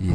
以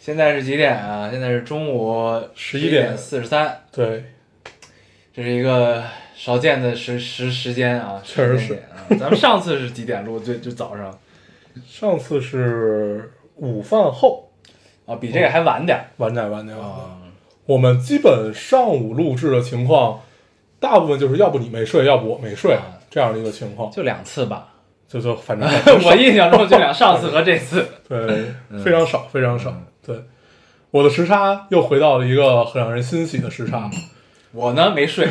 现在是几点啊？现在是中午11点点四十三，对，这是一个少见的时时时间啊，确实时是间点啊。咱们上次是几点录？对，就早上上次是午饭后，啊，比这个还晚点儿晚点晚点晚点。啊。我们基本上午录制的情况，大部分就是要不你没睡，要不我没睡啊这样的一个情况，就两次 吧，就就反正我印象中就两上次和这次。对嗯非常少，非常少。对，我的时差又回到了一个很让人欣喜的时差。嗯我呢没 睡，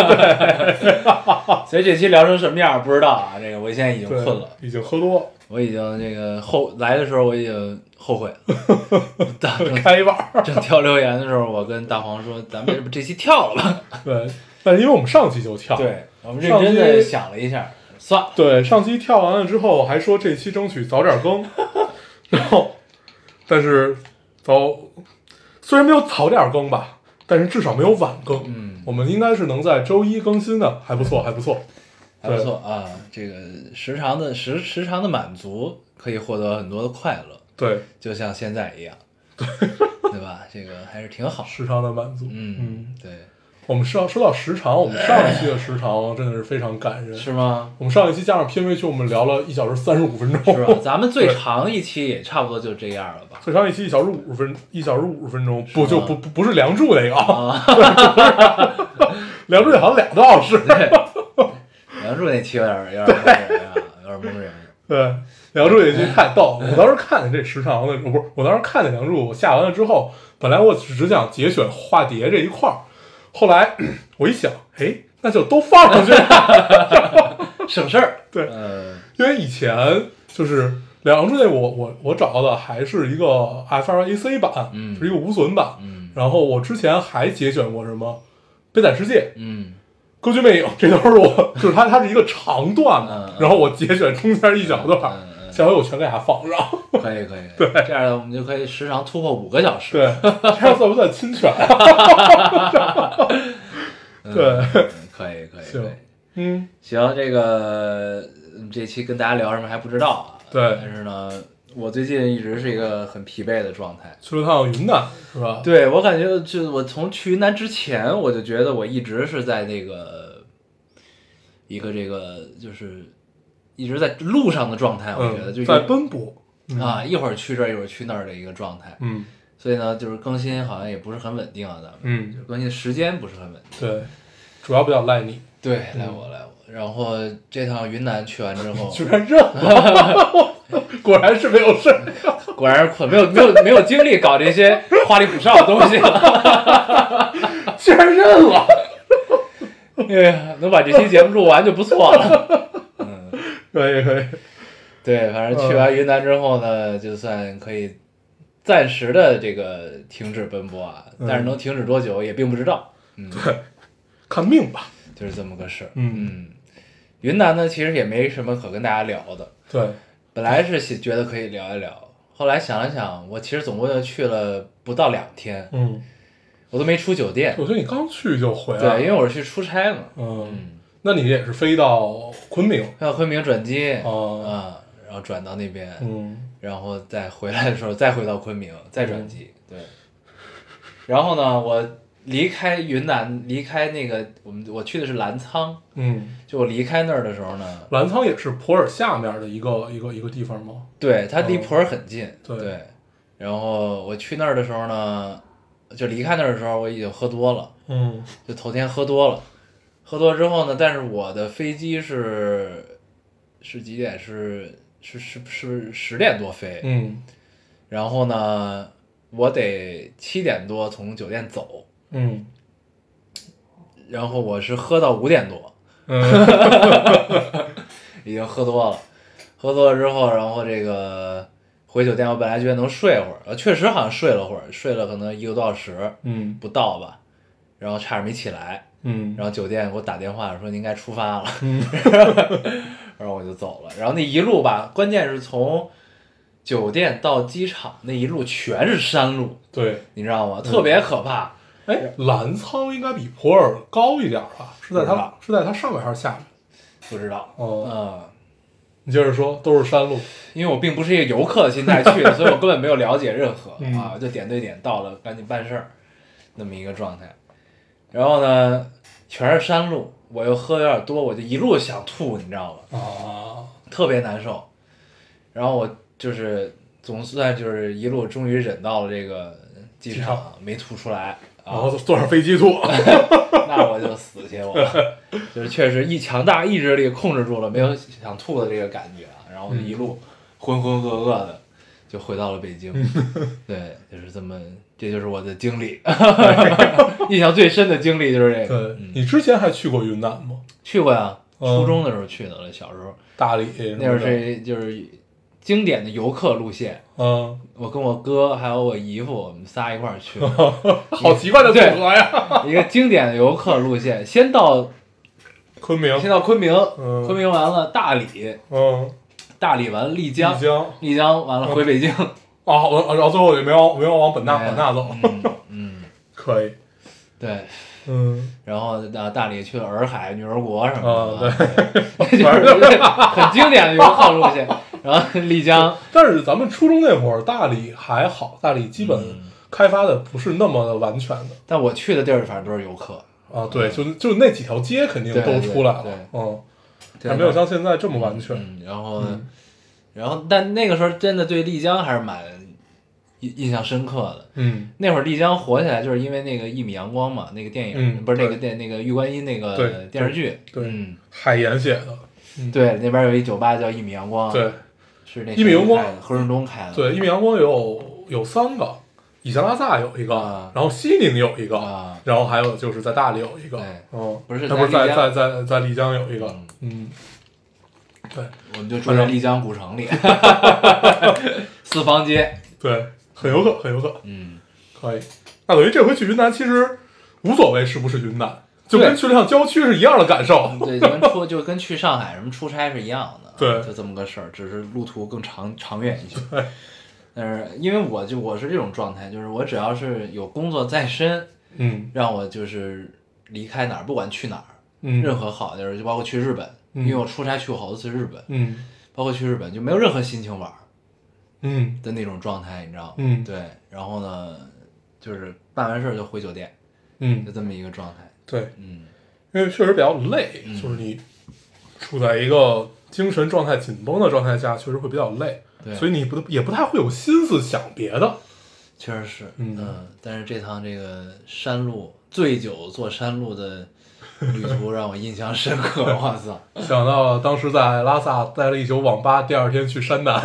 所以这期聊成什么样儿不知道啊。这个我现在已经对，困了，，已经喝多，我已经这个后来的时候我已经后悔了。 大正开一碗儿。正挑留言的时候，我跟大黄说：“咱们这不这期跳了吧对，但是因为我们上期就？” 跳，对， 我们认真的想了一下，算了，对，上期跳完了之后还说这期争取早点更， 然后，但是早虽然没有早点更吧，但是至少没有晚更。嗯，我们应该是能在周一更新的，还不错，还不错。还不错啊。这个时常的时时常的满足，可以获得很多的快乐，对，就像现在一样，对吧？这个还是挺好。时长的满足。嗯，对，我们说说到时长，我们上一期的时长真的是非常感人。是吗？我们上一期加上片尾曲，我们聊了一小时三十五分钟，是 吧？咱们最长一期也差不多就这样了吧？最长一期一小时五十分，一小时五十分钟，不吗就不不不是《梁祝》那个啊，啊， 《 梁祝》好像俩多小时。 对，梁祝那期有点有点蒙人啊，有点蒙人。对，《梁祝》那期太逗了。我当时看见这时长的，不是，我当时看见《梁祝》，我下完了之后，本来我只想节选化蝶这一块儿，后来 我一想，哎，那就都放上去吧。省事儿。对嗯， 因为以前就是《梁祝》那我我我找到的还是一个 FRAC 版，嗯是一个无损版。嗯然后我之前还节选过什么《悲惨世界》。嗯，歌剧魅影，这都是 我，就是它，它是一个长段嗯嘛嗯，然后我节选中间一小段儿嗯嗯，嗯下回我全给它放上。可以可以，对，这样我们就可以时长突破五个小时。对， 这样算不算侵权啊？嗯对，嗯可以可以行可以。嗯，行，这个嗯这期跟大家聊什么还不知道啊。对但是呢，我最近一直是一个很疲惫的状态。去了趟云南是吧？对我感觉，就我从去云南之前，我就觉得我一直是在那个一个这个就是一直在路上的状态。我觉得就是嗯，在奔波。啊，一会儿去这儿，一会儿去那儿的一个状态。嗯所以呢，就是更新好像也不是很稳定啊，咱们就嗯，是更新时间不是很稳定。嗯对，主要比较赖你，，对，来我来我。然后这趟云南去完之后 居然认了， 果然是没有事儿。果然是困，没有没有没有精力搞这些花里胡哨的东西 了。居然认了。哎呀，能把这期节目录完就不错了。可以可以， 对，反正去完云南之后呢，就算可以暂时的这个停止奔波啊，嗯但是能停止多久也并不知道。嗯，对，看命吧。就是这么个事儿。嗯嗯，云南呢，其实也没什么可跟大家聊的。对，本来是想觉得可以聊一聊，后来想了想，我其实总共就去了不到两天，嗯，我都没出酒店。我觉得你刚去就回来对，因了。为我是去出差嘛，嗯，嗯，那你也是飞到昆明。到昆明转机，啊、哦，然后转到那边，嗯，然后再回来的时候再回到昆明，再转机。嗯对，然后呢，我离开云南，离开那个我们我去的是澜沧，嗯，就我离开那儿的时候呢，澜沧也是普洱下面的一个一个一个地方吗？对，它离哦普洱很近，对对。然后我去那儿的时候呢，就离开那儿的时候，我已经喝多了，嗯，就头天喝多了。喝多之后呢，但是我的飞机是是几点？是是是是十点多飞，嗯然后呢，我得七点多从酒店走，嗯然后我是喝到五点多，嗯， 已经喝多了，喝多了之后，然后这个回酒店，我本来觉得能睡会儿，呃确实好像睡了会儿，睡了可能一个多小时嗯不到吧，然后差点没起来，嗯，然后酒店给我打电话说您该出发了， 嗯然后我就走了。然后那一路吧，关键是从酒店到机场那一路全是山路，对，你知道吗？特别可怕。哎，澜沧应该比普洱高一点吧？是在不知它道是在它上面还是下面？不知道，哦嗯，你接着说，都是山路。因为我并不是一个游客的心态去的，所以我根本没有了解任何嗯啊，就点对点到了，赶紧办事儿，那么一个状态。然后呢，全是山路，我又喝有点多，我就一路想吐，你知道吗？啊，特别难受。然后我就是总算就是一路终于忍到了这个机机哦场，没吐出来然啊，后坐上飞机吐，那我就死去我，就是确实一强大意志力控制住了没有想吐的这个感觉啊，然后一路浑浑噩噩的就回到了北京， 对，就是这么，这就是我的经历， 印象最深的经历就是这个嗯对，，你之前还去过云南吗？去过呀，嗯初中的时候去的了，小时候大理什么的那是这就是经典的游客路线，嗯，我跟我哥还有我姨父，我们仨一块儿去， 好奇怪的组合呀！一个经典的游客路线，先到昆明，先到昆明，嗯昆明完了大理，嗯，大理完了丽丽江，江丽江完了回北京，啊，我然后最后也没往没有往本纳哎版纳走，嗯嗯，可以，对，嗯，然后到大理去了洱海、女儿国什么的，啊对，就是很经典的游客路线。然后丽江， 但是咱们初中那会儿大理还好，大 理基本嗯开发的不是那么的完全的但我去的地儿反正都是游客，啊，对，就就那几条街肯定都嗯对对出来对了，嗯，还没有像现在这么完全，嗯，然后，然后，但那个时候真的对丽江还是蛮印印象深刻的。嗯，那会儿丽江火起来，就是因为那个《一米阳光》嘛，那个电影、嗯不是那对个电那个玉观音那个对电视剧，对对嗯，海岩写的，对，那边有一酒吧叫《一米阳光》，对，是那一米阳光谁开的何润东开的，对，一米阳光有有三个，以前拉萨有一个，啊然后西宁有一个，啊然后还有就是在大理有一个对，嗯，不是那不是在在丽在江在在丽江有一个嗯，嗯，对我们就住在丽江古城 里，四方街，对，很有可很有可嗯，可以。那等于这回去云南其实无所谓是不是云南，就跟对去了趟郊区是一样的感受。对，咱们出就跟去上海什么出差是一样的，对就这么个事儿，只是路途更长长远一些。但是因为我就我是这种状态，就是我只要是有工作在身，嗯让我就是离开哪儿，不管去哪儿，任嗯何好地儿，就包括去日本，嗯因为我出差去过好多次日本，嗯包括去日本就没有任何心情玩儿嗯的那种状态，你知道吗？嗯对，然后呢，就是办完事儿就回酒店，就嗯，这么一个状态。对，嗯，因为确实比较累，就是你处在一个精神状态紧绷的状态下，确实会比较累。对，所以你不也不太会有心思想别的。确实是，呃嗯但是这趟这个山路醉酒坐山路的旅 途让我印象深刻，哇塞，想到了当时在拉萨待了一宿网吧，第二天去山南，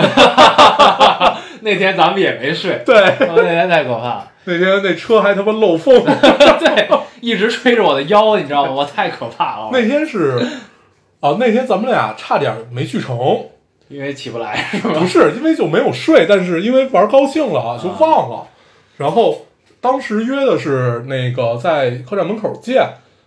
那天咱们也没睡，对，哦那天太可怕 了，那天那车还他妈漏风，对，一直吹着我的腰，你知道吗？我太可怕了，那天是，啊，那天咱们俩差点没去成，因为起不来是吧？ 不是因为就没有睡，但是因为玩高兴了啊，就忘了，然后当时约的是那个在客栈门口见，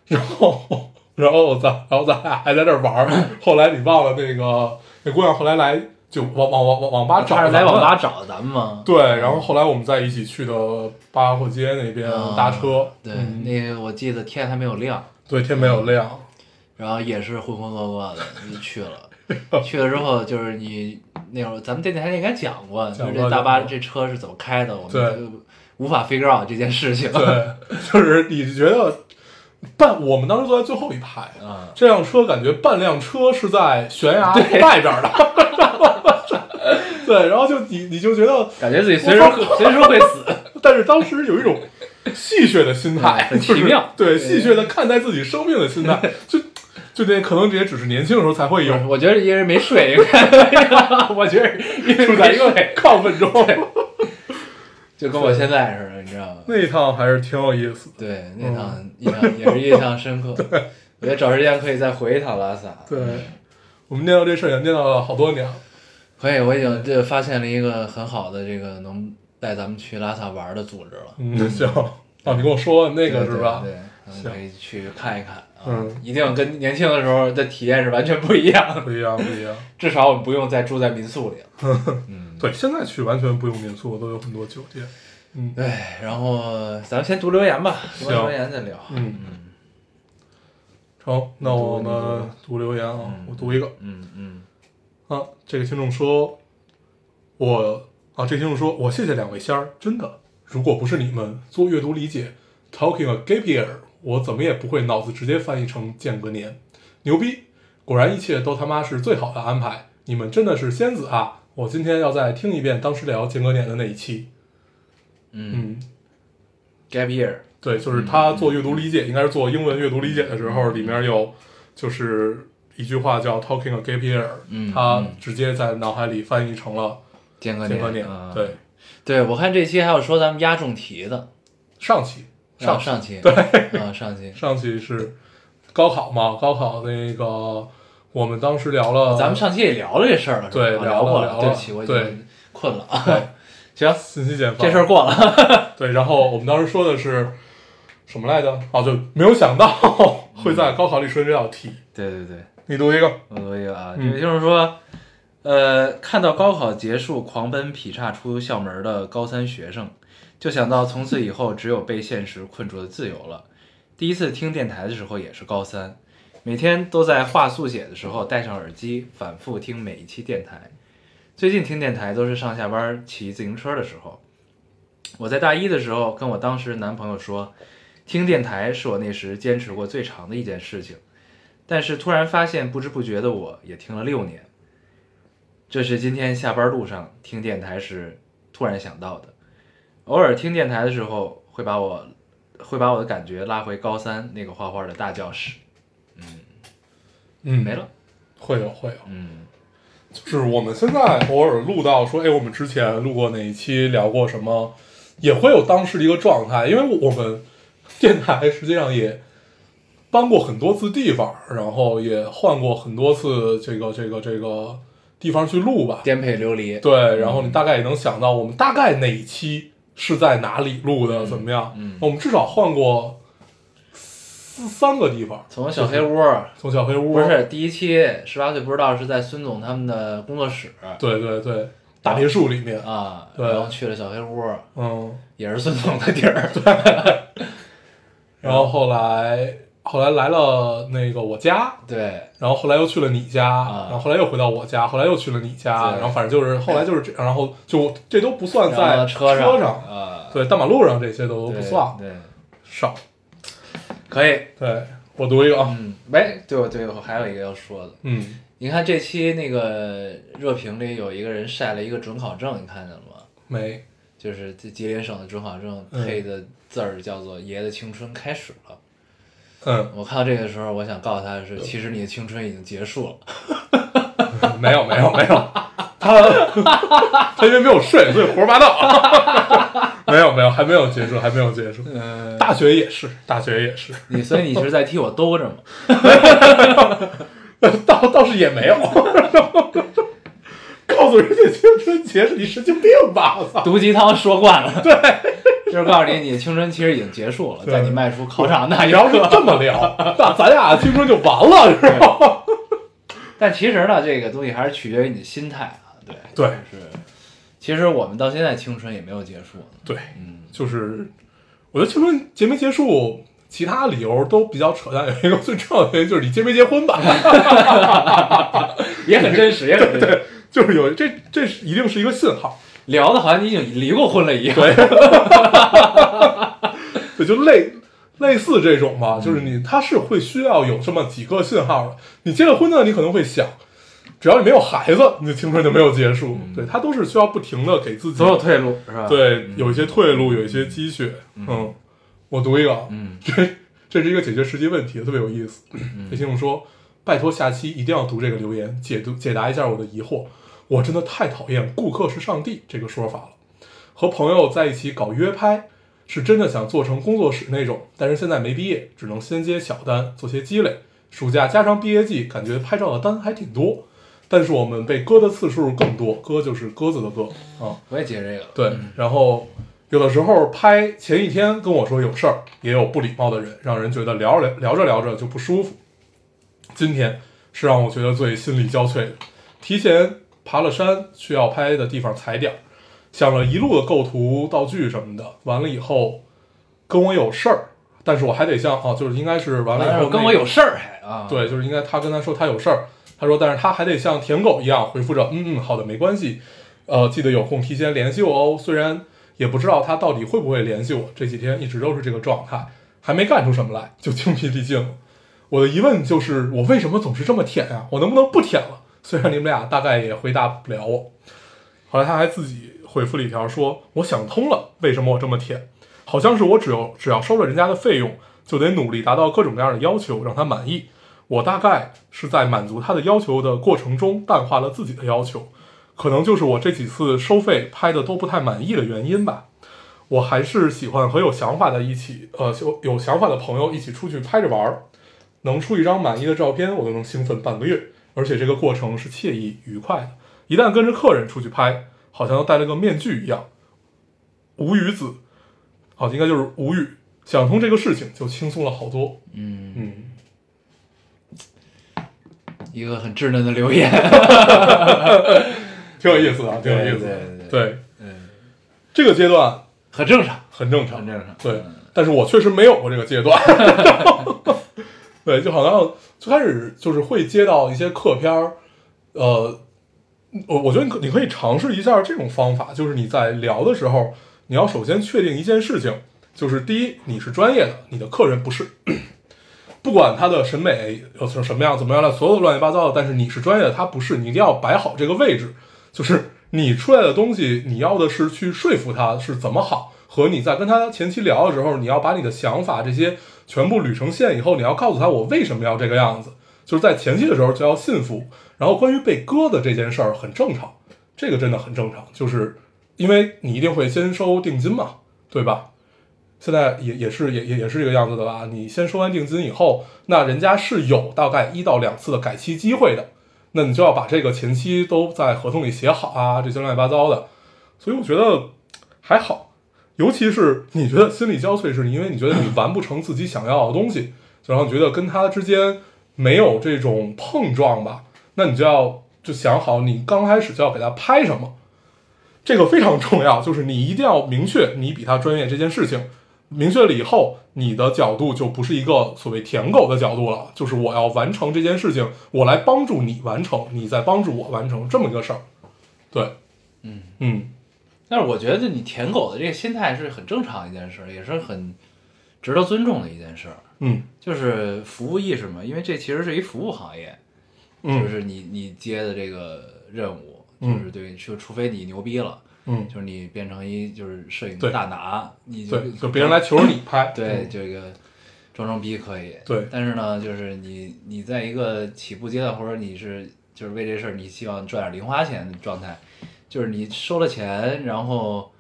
然后。 然后咱，然后咱俩还在这玩 儿后来你忘了那个那姑娘，后来来就往往往往网吧找差点来咱网们吧找咱们吗？对，然后后来我们在一起去的八廓街那边嗯搭车，对，嗯那个我记得天还没有亮，对，天没有亮， 然后也是浑浑噩噩的就去了。去了之后，就是你那会儿，咱们电台里应该讲过，就讲是过这大巴讲过这车是怎么开的，我们对就无法 figure out 这件事情。对，就是你觉得半，我们当时坐在最后一排， 啊，这辆车感觉半辆车是在悬崖外边的， 对，然后就你你就觉得，感觉自己随时 会随时会死。但是当时有一种戏谑的心态，嗯很就是奇妙对，戏谑的看待自己生命的心态， 就就那可能这也只是年轻的时候才会有，我觉得因为没睡， 我觉得因为处在没一个睡，亢奋中，就跟我现在似的，你知道吗？ 那一趟还是挺有意思的。对，那趟嗯印象也是印象深 刻。我觉得找时间可以再回一趟拉萨。对，我们念叨这事儿也念叨了好多年了，可以，我已经这发现了一个很好的这个能带咱们去拉萨玩的组织了。嗯，行。哦，你跟我说那个是吧？对，对对咱们行可以去看一看啊，嗯一定跟年轻的时候的体验是完全不一样 的。不一样，不一样。至少我们不用再住在民宿里了。嗯， 对，现在去完全不用民宿，都有很多酒店。嗯对，然后咱们先读留言吧，读完行留言再聊。嗯，成，那我们读留言啊嗯，我读一个。嗯嗯啊，这个听众说，我啊，这个听众说我谢谢两位仙儿，真的，如果不是你们做阅读理解，talking a gap year，我怎么也不会脑子直接翻译成间隔年，牛逼！果然一切都他妈是最好的安排，你们真的是仙子啊！我今天要再听一遍当时聊间隔年的那一期。嗯嗯， ，Gap Year，对，就是嗯他做阅读理解，应该是做英文阅读理解的时候，里面有就是一句话叫 “talking a gap year”，、嗯他嗯直接在脑海里翻译成了间隔间隔年。啊对，对，我看这期还有说咱们压重题的，上期上上啊上期对啊，上期上期是高考嘛，高考那个我们当时聊了，咱们上期也聊了这事儿了，是吧对啊聊聊了过聊了对不起，我已对经困了啊。对行，信息茧房这事儿过了。对，然后我们当时说的是什么来着？哦，就没有想到 会在高考里出现这道题。对对对，你读一个，我读一个啊，嗯也就是说，呃，看到高考结束狂奔劈叉出校门的高三学生，就想到从此以后只有被现实困住的自由了。第一次听电台的时候也是高三，每天都在画速写的时候戴上耳机，反复听每一期电台。最近听电台都是上下班骑自行车的时候。我在大一的时候跟我当时男朋友说，听电台是我那时坚持过最长的一件事情。但是突然发现，不知不觉的我也听了六年。这是今天下班路上听电台时突然想到的。偶尔听电台的时候，会把我会把我的感觉拉回高三那个画画的大教室。嗯，没，了。会有会有。嗯就是我们现在偶尔录到说，哎，我们之前录过哪一期聊过什么，也会有当时的一个状态，因为我们电台实际上也搬过很多次地方，然后也换过很多次这个这个这个地方去录吧。颠沛流离。对，然后你大概也能想到我们大概哪一期是在哪里录的，怎么样？嗯我们至少换过四三个地方，从小黑屋，从小黑屋不是第一期十八岁不知道是在孙总他们的工作室对对对，大别墅里面，啊，对然后去了小黑屋，嗯。也是孙总的地 儿。然后后来后来来了那个我家，对，然后后来又去了你家，啊然后后来又回到我家，后来又去了你家，对然后反正就是后来就是这，然后就这都不算然后在车上，啊，对，大马路上这些都不对算对，少。可以。对我读一个啊，嗯，喂，对我对我还有一个要说的，嗯，你看这期那个热评里有一个人晒了一个准考证，你看见了吗？没，就是这吉林省的准考证嗯配的字儿叫做“爷的青春开始了”。嗯，我看到这个时候，我想告诉他的是，其实你的青春已经结束了。没有没有没有，他他因为没有睡，所以胡说八道。 没有没有，还没有结束，还没有结束。 嗯，大学也是，大学也是，你所以你是在替我兜着吗？ 倒倒是也没有。告诉人家青春节是你神经病吧！我操！ 毒鸡汤说惯了， 对，就是告诉你，你的青春其实已经结束了，对在你迈出考场那一你要是刻。 这么 聊，那咱俩青春就完了，是吧？但其实呢，这个东西还是取决于你的心态啊，对，对就是，其实我们到现在青春也没有结束呢。对，嗯，就是我觉得青春结没结束，其他理由都比较扯淡。有一个最重要的原因就是你结没结婚吧， 也很真实，也很真实。就是有这这是一定是一个信号。聊的好像你已经离过婚了一样。对， 对，就类类似这种嘛，就是你他是会需要有这么几个信号的。你结了婚呢，你可能会想，只要你没有孩子，你的青春就没有结束。对他都是需要不停的给自己总有退路是吧？，嗯对有一些退路，有一些积雪。嗯，我读一个啊，嗯 这这是一个解决实际问题，特别有意思。这听众说：“拜托，下期一定要读这个留言，解读解答一下我的疑惑。我真的太讨厌‘顾客是上帝’这个说法了。和朋友在一起搞约拍，是真的想做成工作室那种，但是现在没毕业，只能先接小单，做些积累。暑假加上毕业季，感觉拍照的单还挺多。”但是我们被割的次数更多，割就是鸽子的割啊。我也接这个了。对，然后有的时候拍前一天跟我说有事儿，也有不礼貌的人，让人觉得聊着聊聊着聊着就不舒服。今天是让我觉得最心力交瘁的，提前爬了山，去要拍的地方踩点儿，想了一路的构图、道具什么的，完了以后跟我有事儿，但是我还得像啊，就是应该是完了以但后是跟那我个有事儿还啊，，对，就是应该他跟他说他有事儿，他说但是他还得像舔狗一样回复着嗯嗯好的没关系，呃记得有空提前联系我哦。虽然也不知道他到底会不会联系我，这几天一直都是这个状态，还没干出什么来就精疲力尽了。我的疑问就是我为什么总是这么舔啊？我能不能不舔了？虽然你们俩大概也回答不了我。后来他还自己回复了一条说：“我想通了，为什么我这么舔？好像是我只有只要收了人家的费用，就得努力达到各种各样的要求，让他满意。我大概是在满足他的要求的过程中淡化了自己的要求，可能就是我这几次收费拍的都不太满意的原因吧。我还是喜欢和有想法的一起，呃，有有想法的朋友一起出去拍着玩儿，能出一张满意的照片，我都能兴奋半个月，而且这个过程是惬意愉快的。一旦跟着客人出去拍，好像戴了个面具一样。无语子，好，应该就是无语。想通这个事情就轻松了好多。嗯，嗯，一个很稚嫩的留言， 挺有意思的啊，挺有意思的。对对对，嗯，这个阶段很正常，很正常很，正常，嗯对，但是我确实没有过这个阶段。 对，就好像最开始就是会接到一些客片儿，呃，我我觉得你可你可以尝试一下这种方法，就是你在聊的时候，你要首先确定一件事情，就是第一，你是专业的，你的客人不是。 不管他的审美有什么样、怎么样的，所有乱七八糟的，但是你是专业的，他不是，你一定要摆好这个位置。就是你出来的东西，你要的是去说服他是怎么好，和你在跟他前期聊的时候，你要把你的想法这些全部捋成线以后，你要告诉他我为什么要这个样子，就是在前期的时候就要信服。然后关于被割的这件事儿很正常，这个真的很正常，就是因为你一定会先收定金嘛，对吧？现在也也是也也也是这个样子的吧？你先收完定金以后，那人家是有大概一到两次的改期机会的，那你就要把这个前期都在合同里写好啊，这些乱七八糟的。所以我觉得还好，尤其是你觉得心力交瘁，是因为你觉得你完不成自己想要的东西，就让你觉得跟他之间没有这种碰撞吧，那你就要就想好你刚开始就要给他拍什么，这个非常重要，就是你一定要明确你比他专业这件事情。明确了以后，你的角度就不是一个所谓舔狗的角度了，就是我要完成这件事情，我来帮助你完成，你再帮助我完成这么一个事儿。对，嗯嗯，但是我觉得你舔狗的这个心态是很正常的一件事儿，也是很值得尊重的一件事儿，嗯就是服务意识嘛，因为这其实是一服务行业，就嗯是你你接的这个任务，嗯就是对，就除非你牛逼了，嗯，就是你变成一就是摄影对大拿，你就对，就别人来求着你拍，嗯对这个装装逼可以，对但是呢，就是你你在一个起步阶段，或者你是就是为这事儿你希望赚点零花钱的状态，就是你收了钱，然后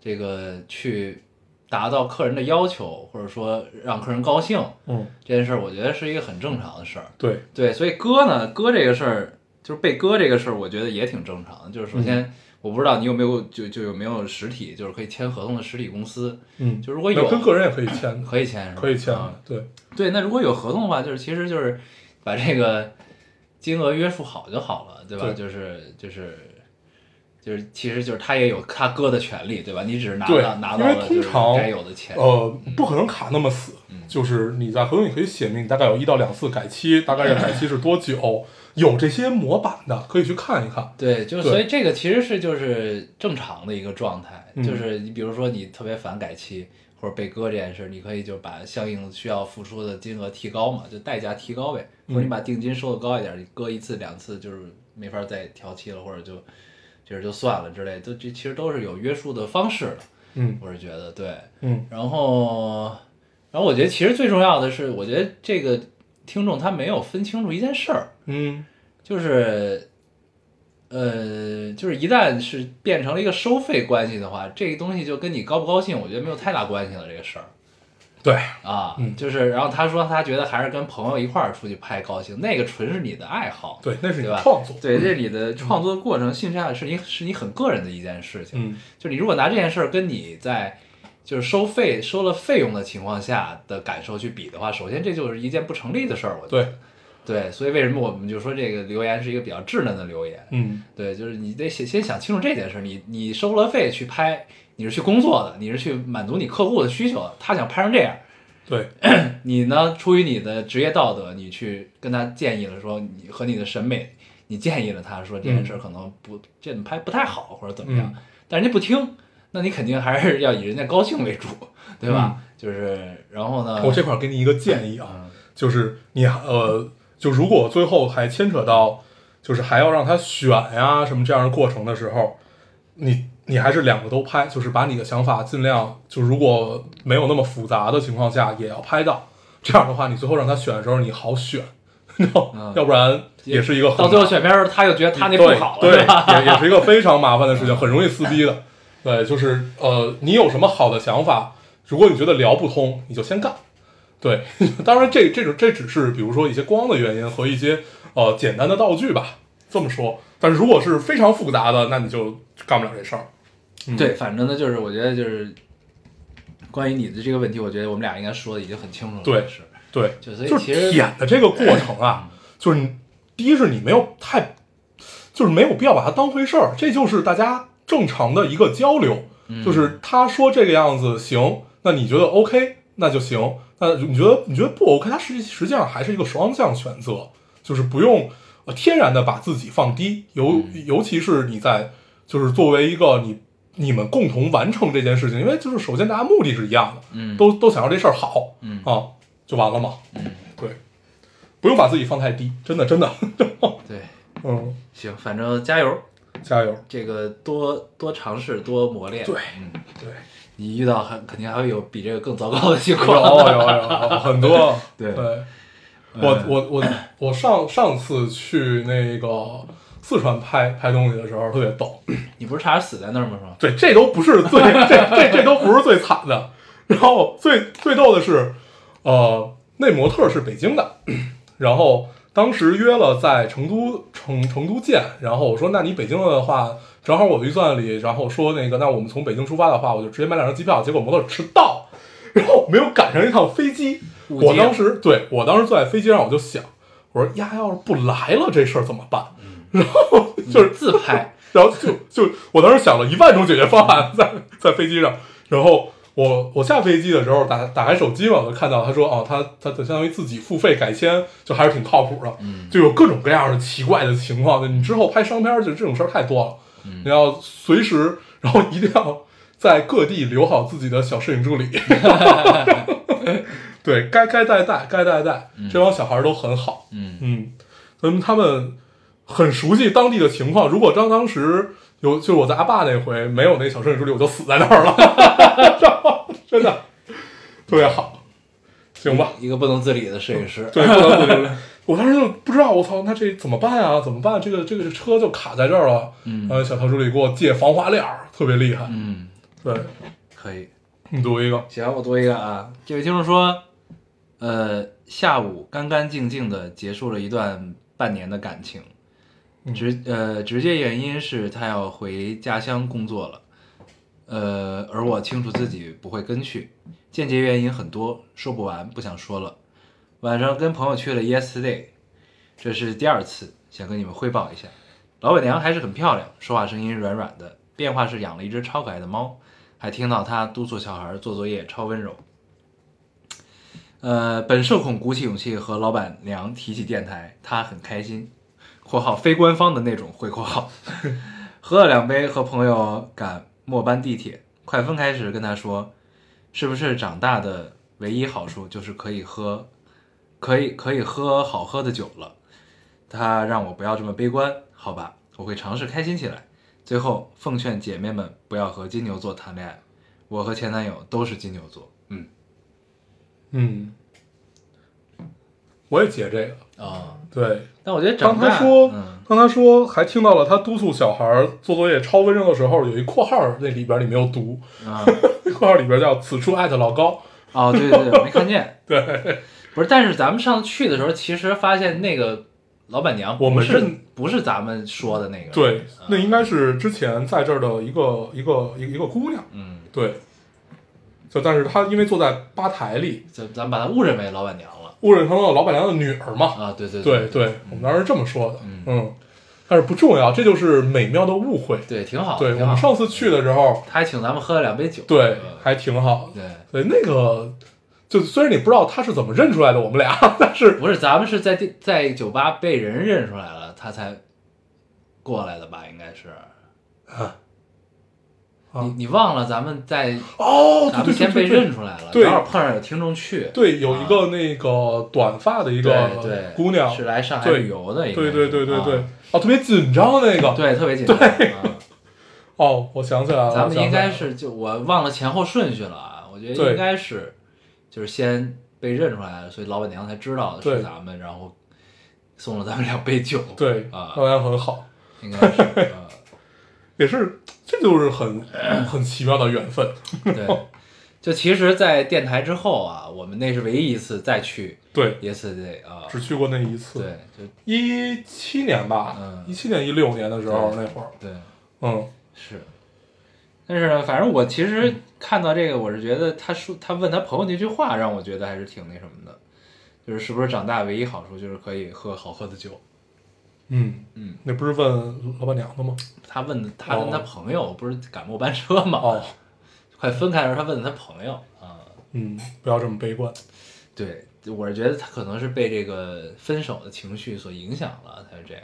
这个去达到客人的要求，或者说让客人高兴，嗯，这件事儿我觉得是一个很正常的事儿。对，对，所以割呢，割这个事儿，就是被割这个事儿，我觉得也挺正常的。就是首先，我不知道你有没有就就有没有实体，就是可以签合同的实体公司，嗯，就如果那有跟个人也可以签的，可以签是吧？可以签啊的，对，对，那如果有合同的话，就是其实就是把这个金额约束好就好了，对吧？对就是就是就是，其实就是他也有他割的权利，对吧？你只是拿对到拿因到为了通就是常该有的钱，呃，不可能卡那么死，嗯就是你在合同里可以写明，你大概有一到两次改期，大概这改期是多久，有这些模板的可以去看一看，对，就对所以这个其实是就是正常的一个状态，嗯就是你比如说你特别反改期或者被割这件事，你可以就把相应需要付出的金额提高嘛，就代价提高呗，或者嗯你把定金收的高一点，你割一次两次就是没法再调期了，或者就就是就算了之类，都这其实都是有约束的方式的，嗯我是觉得对，嗯然后然后我觉得其实最重要的是，我觉得这个听众他没有分清楚一件事儿，嗯就是，呃，就是一旦是变成了一个收费关系的话，这个东西就跟你高不高兴，我觉得没有太大关系了。这个事儿，对，啊，嗯就是，然后他说他觉得还是跟朋友一块儿出去拍高兴，那个纯是你的爱好，对那是你的吧创作对，这里的创作的过程，性质上是你是你很个人的一件事情，嗯，就你如果拿这件事儿跟你在就是收费收了费用的情况下的感受去比的话，首先这就是一件不成立的事儿，我觉得对，对，所以为什么我们就说这个留言是一个比较稚嫩的留言，嗯，对，就是你得先先想清楚这件事，你你收了费去拍，你是去工作的，你是去满足你客户的需求的，他想拍成这样。对，你呢，出于你的职业道德，你去跟他建议了说，你和你的审美，你建议了他说这件事儿可能不、这怎么拍不太好或者怎么样，嗯但人家不听，那你肯定还是要以人家高兴为主，对吧？嗯就是然后呢，我这块儿给你一个建议嗯啊，就是你呃，就如果最后还牵扯到，就是还要让他选呀、什么这样的过程的时候，你你还是两个都拍，就是把你的想法尽量就如果没有那么复杂的情况下也要拍到，这样的话你最后让他选的时候你好选， 你知道嗯吗要不然也是一个很到最后选片儿，他又觉得他那不好了，嗯对，吧？对也也是一个非常麻烦的事情，很容易撕逼的。对，就是呃，你有什么好的想法，如果你觉得聊不通，你就先干。对， 当然这这种这只是比如说一些光的原因和一些呃简单的道具吧，这么说。但是如果是非常复杂的，那你就干不了这事儿。嗯对，反正呢，就是我觉得就是关于你的这个问题，我觉得我们俩应该说的已经很清楚了，对是，对，就所以就其是实嗯舔的这个过程啊，就是你第一是你没有太，就是没有必要把它当回事儿，这就是大家正常的一个交流，嗯就是他说这个样子行，那你觉得 OK，那就行，那你觉得你觉得不 OK，它实际实际上还是一个双向选择，就是不用呃天然的把自己放低，尤嗯尤其是你在就是作为一个你。你们共同完成这件事情，因为就是首先大家目的是一样的，嗯都都想要这事儿好，嗯啊，就完了嘛，对，不用把自己放太低，真的真的，对，嗯，行，反正加油，加油，这个多多尝试，多磨练，对嗯。对，你遇到还肯定还会有比这个更糟糕的情有啊况。有有有很多，对我我我我上上次去那个四川拍拍东西的时候特别逗， 你不是差点死在那儿吗？是吗？对，这都不是最这这这都不是最惨的，然后最最逗的是，呃，那模特是北京的，然后当时约了在成都成成都见，然后我说那你北京的话，正好我的预算里，然后说那个那我们从北京出发的话，我就直接买两张机票，结果模特迟到， 然后没有赶上一趟飞机，误机啊我当时对我当时坐在飞机上我就想，我说呀要是不来了这事儿怎么办？ 然后就是自拍，然后就就我当时想了一万种解决方案在在飞机上，然后我我下飞机的时候打打开手机嘛，我就看到他说哦，他他就相当于自己付费改签，就还是挺靠谱的，就有各种各样的奇怪的情况，就你之后拍商片儿就这种事儿太多了，你要随时，然后一定要在各地留好自己的小摄影助理，对该该带带该带带，这帮小孩儿都很好，嗯嗯，嗯，他们很熟悉当地的情况。如果当当时有，就是我在阿坝那回没有那小摄影助理，我就死在那儿了，真的特别好。行吧，一个不能自理的摄影师。对，不能不能不能我当时就不知道，我操，那这怎么办啊？怎么办？这个这个车就卡在这儿了。嗯，呃，小乔助理给我借防滑链儿，特别厉害。嗯，对，可以。你读一个，行，我读一个啊。这位听众说，呃，下午干干净净的结束了一段半年的感情，直呃直接原因是他要回家乡工作了，呃，而我清楚自己不会跟去，间接原因很多，说不完，不想说了。晚上跟朋友去了 Yesterday，这是第二次，想跟你们汇报一下。老板娘还是很漂亮，说话声音软软的。变化是养了一只超可爱的猫，还听到她督促小孩做作业，超温柔。呃，本社恐鼓起勇气和老板娘提起电台，她很开心（括号非官方的那种回括号）。 喝了两杯，和朋友赶末班地铁，快分开时跟她说，是不是长大的唯一好处就是可以喝，可以可以喝好喝的酒了？他让我不要这么悲观，好吧，我会尝试开心起来。最后奉劝姐妹们不要和金牛座谈恋爱，我和前男友都是金牛座。嗯嗯，我也接这个，啊，对，但我觉得当长他大，说，嗯，当他说还听到了他督促小孩儿做作业超温柔的时候，有一括号儿那里边儿你没有读，啊，括号儿里边儿叫“此处艾特老高”，哦，对对对，我没看见。 对，不是，但是咱们上次去的时候，其实发现那个老板娘不我们是认不是咱们说的那个。对，那应该该是之前在这儿的一个一个一个一个姑娘，嗯，对，就但是她因为坐在吧台里，咱咱们把她误认为老板娘了误认成了老板娘的女儿嘛，啊！对对对对对，我们当时是这么说的，嗯嗯，但是不重要，这就是美妙的误会。对，挺好。对我挺好嗯们。上次去的时候，他还请咱们喝了两杯酒。对呃，还挺好的。对，对，那个就虽然你不知道他是怎么认出来的我们俩，但是不是，咱们是在地在酒吧被人认出来了，他才过来的吧？应该是。啊啊你你忘了咱们在哦，咱们对对先对被对对认出来了，对正好碰上有听众去，对，有一个那个短发的一对对个，姑娘，是来上海对旅游的，应该对是对对对对啊，哦，特别紧张那个，对，特别紧张。 啊哦，我想起来了，咱我们想应起来该了是就我忘了前后顺序了啊，我觉得对应该是就是先被认出来了，所以老板娘才知道对是咱们，然后送了咱们两杯酒，对，啊当然很好，应该 是，呃也是，这就 是很很奇妙的缘分，对。就其实，在电台之后啊，我们那是唯一一次再去对， Yesterday 啊，只去过那一次，对，就一七年吧，嗯一七年一六年的时候对那会儿，对。嗯，是，但是呢，反正我其实看到这个，我是觉得他说他问他朋友那句话，让我觉得还是挺那什么的，就是是不是长大唯一好处就是可以喝好喝的酒。嗯嗯，那不是问老板娘的吗？他问的他跟哦他朋友、不是赶末班车嘛，哦，快分开的时候他问的他朋友啊、嗯，不要这么悲观，对，我是觉得他可能是被这个分手的情绪所影响了，才是这样。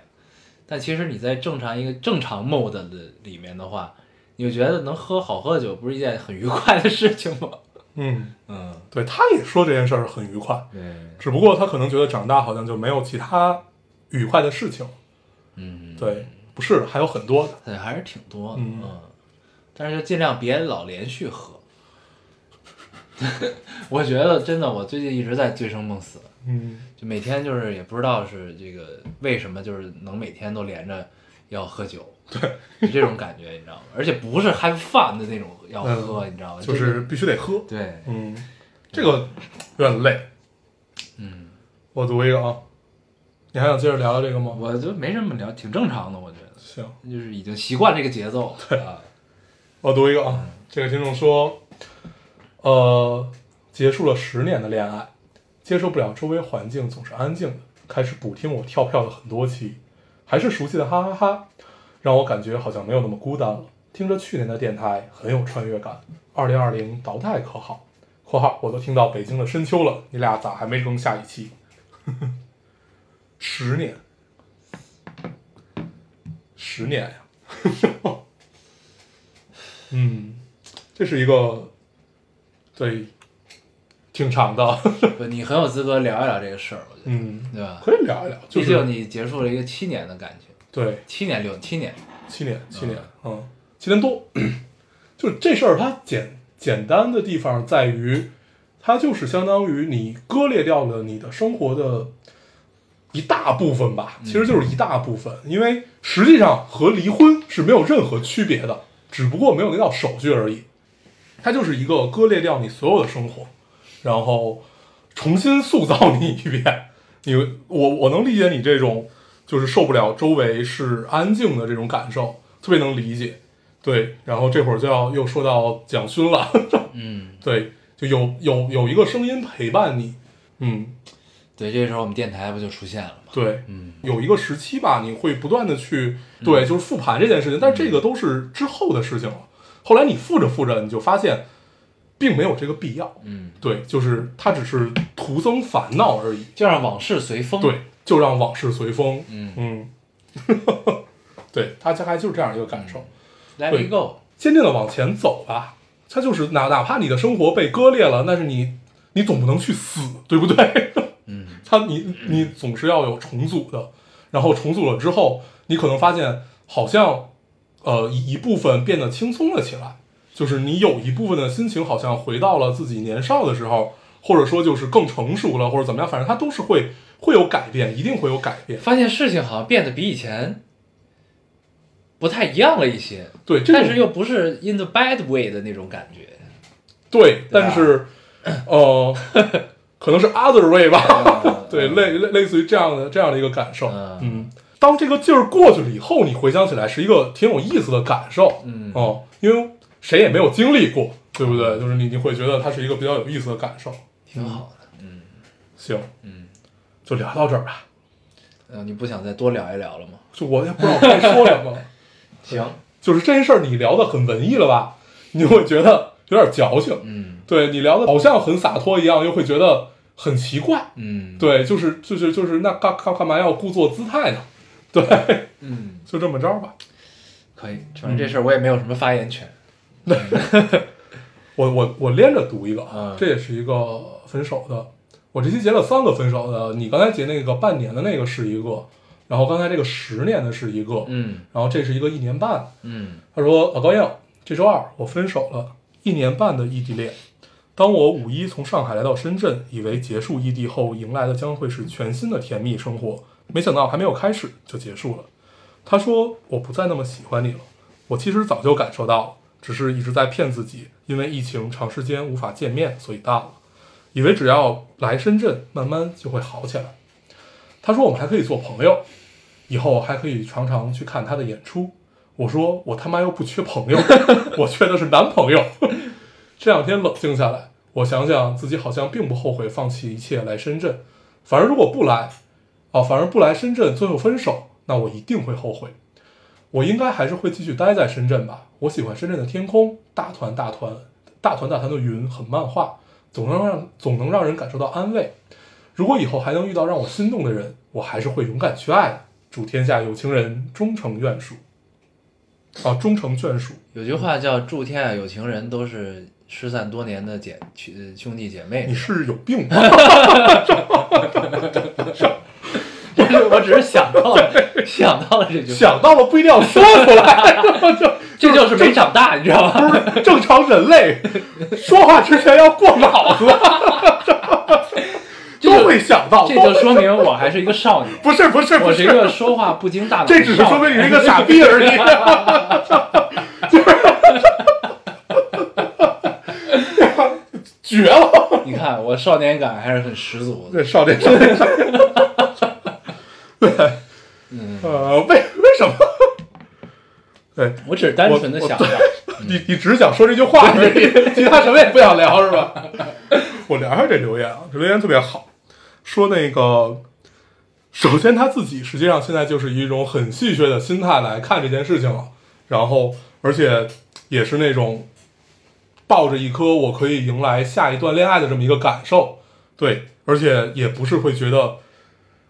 但其实你在正常一个正常 mode 的里面的话，你就觉得能喝好喝的酒不是一件很愉快的事情吗？嗯，嗯，对，他也说这件事儿很愉快，对。只不过他可能觉得长大好像就没有其他愉快的事情，嗯，对，不是，还有很多的，对，还是挺多的，嗯但是就尽量别老连续喝。 我觉得真的，我最近一直在醉生梦死，嗯。就每天就是也不知道是这个为什么，就是能每天都连着要喝 酒，对，就这种感觉，你知道吗？而且不是 have fun 的那种要喝，你知道吗？嗯就啊这是个必须得喝。对，嗯，这个有点累。嗯，我读一个啊，你还想接着聊聊这个吗？我就没什么聊，挺正常的，我觉得，行，就是已经习惯这个节奏，对啊，我读一个啊。这个听众说，呃，结束了十年的恋爱，接受不了周围环境总是安静的，开始补听我跳票的很多期，还是熟悉的哈哈哈，让我感觉好像没有那么孤单了。听着去年的电台很有穿越感。二零二零淘汰可好？（括号我都听到北京的深秋了，你俩咋还没更下一期？）十年，十年呀！嗯，这是一个对挺长的，不你很有资格聊一聊这个事儿，我觉得，嗯，对吧？可以聊一聊， 就毕是竟你结束了一个七年的感情。对七年六七年，七年七年，嗯，七年多，就是这事儿它简简单的地方在于，它就是相当于你割裂掉了你的生活的一大部分吧，其实就是一大部分，因为实际上和离婚是没有任何区别的，只不过没有那道手续而已。它就是一个割裂掉你所有的生活，然后重新塑造你一遍。 你我我能理解你这种就是受不了周围是安静的这种感受，特别能理解。对，然后这会儿就要又说到蒋勋了，嗯，对，就有有有一个声音陪伴你，嗯，对，这时候我们电台不就出现了吗？对，嗯，有一个时期吧，你会不断的去对，就是复盘这件事情，但是这个都是之后的事情了。后来你复着复着，你就发现并没有这个必要，嗯，对，就是它只是徒增烦恼而已，就让往事随风。对，就让往事随风，嗯嗯， 对，他大概就是这样一个感受， ，Let 对 it go。坚定的往前走吧。他就是哪哪怕你的生活被割裂了，但是你你总不能去死，对不对？ 嗯，他你你总是要有重组的，然后重组了之后，你可能发现好像呃一一部分变得轻松了起来，就是你有一部分的心情好像回到了自己年少的时候，或者说就是更成熟了，或者怎么样，反正它都是会会有改变，一定会有改变。发现事情好像变得比以前不太一样了一些，对，这但种是又不是 in the bad way 的那种感觉。对，对吧但是哦、 可能是 other way 吧，嗯 对，类类类似于这样的这样的一个感受。嗯嗯，当这个劲儿过去了以后，你回想起来是一个挺有意思的感受。嗯哦，因为谁也没有经历过，对不对？就是你你会觉得它是一个比较有意思的感受。挺好的，嗯行，嗯，就聊到这儿吧。呃，你不想再多聊一聊了吗？就我也不知道该说什么了。 行，就是这件事儿，你聊的很文艺了吧？你会觉得有点矫情。嗯对你聊的好像很洒脱一样，又会觉得很奇怪。嗯，，对，就是就是就是，那干干干嘛要故作姿态呢？对，嗯，就这么着吧。可以，反正这事儿我也没有什么发言权，我我我连着读一个嗯啊，这也是一个分手的。我这期截了三个分手的，你刚才截那个半年的那个是一个，然后刚才这个十年的是一个，嗯然后这是一个一年半的。嗯他说：“老高要，这周二我分手了，一年半的异地恋。当我五一从上海来到深圳，以为结束异地后迎来的将会是全新的甜蜜生活，没想到还没有开始就结束了。”他说：“我不再那么喜欢你了，我其实早就感受到了，只是一直在骗自己，因为疫情长时间无法见面，所以淡了，以为只要来深圳，慢慢就会好起来。”他说：“我们还可以做朋友，以后还可以常常去看他的演出。我说我他妈又不缺朋友，我缺的是男朋友。 这两天冷静下来，我想想自己好像并不后悔放弃一切来深圳，反而如果不来，哦，反而不来深圳最后分手，那我一定会后悔。我应该还是会继续待在深圳吧。我喜欢深圳的天空，大团大团大团大团的云，很漫画，总能让总能让人感受到安慰。如果以后还能遇到让我心动的人，我还是会勇敢去爱的。祝天下有情人终成眷属。啊，终成眷属。有句话叫“祝天下有情人都是失散多年的姐兄兄弟姐妹你是有病吧？”， 我只是想到 了想到了这句话，想到了不一定要说出来， 这就是没长大，你知道吗？正常人类说话之前要过 脑子，这就都会想到。 这都就说明我还是一个少 年，不是不是不我是一个是，说话不经大脑的少这年，只是说明你是一个傻逼而已。 就是 绝了！ 你看我少年感还是很十足的。对，少年少年少年。对，嗯呃，为为什么？ 对，我只是单纯的想到，你你只是想说这句话 而已，其他什么也不想聊是吧？我聊一下这留言啊，这留言特别好，说那个，首先他自己实际上现在就是以一种很戏谑的心态来看这件事情了，然后而且也是那种抱着一颗我可以迎来下一段恋爱的这么一个感受，对，而且也不是会觉得，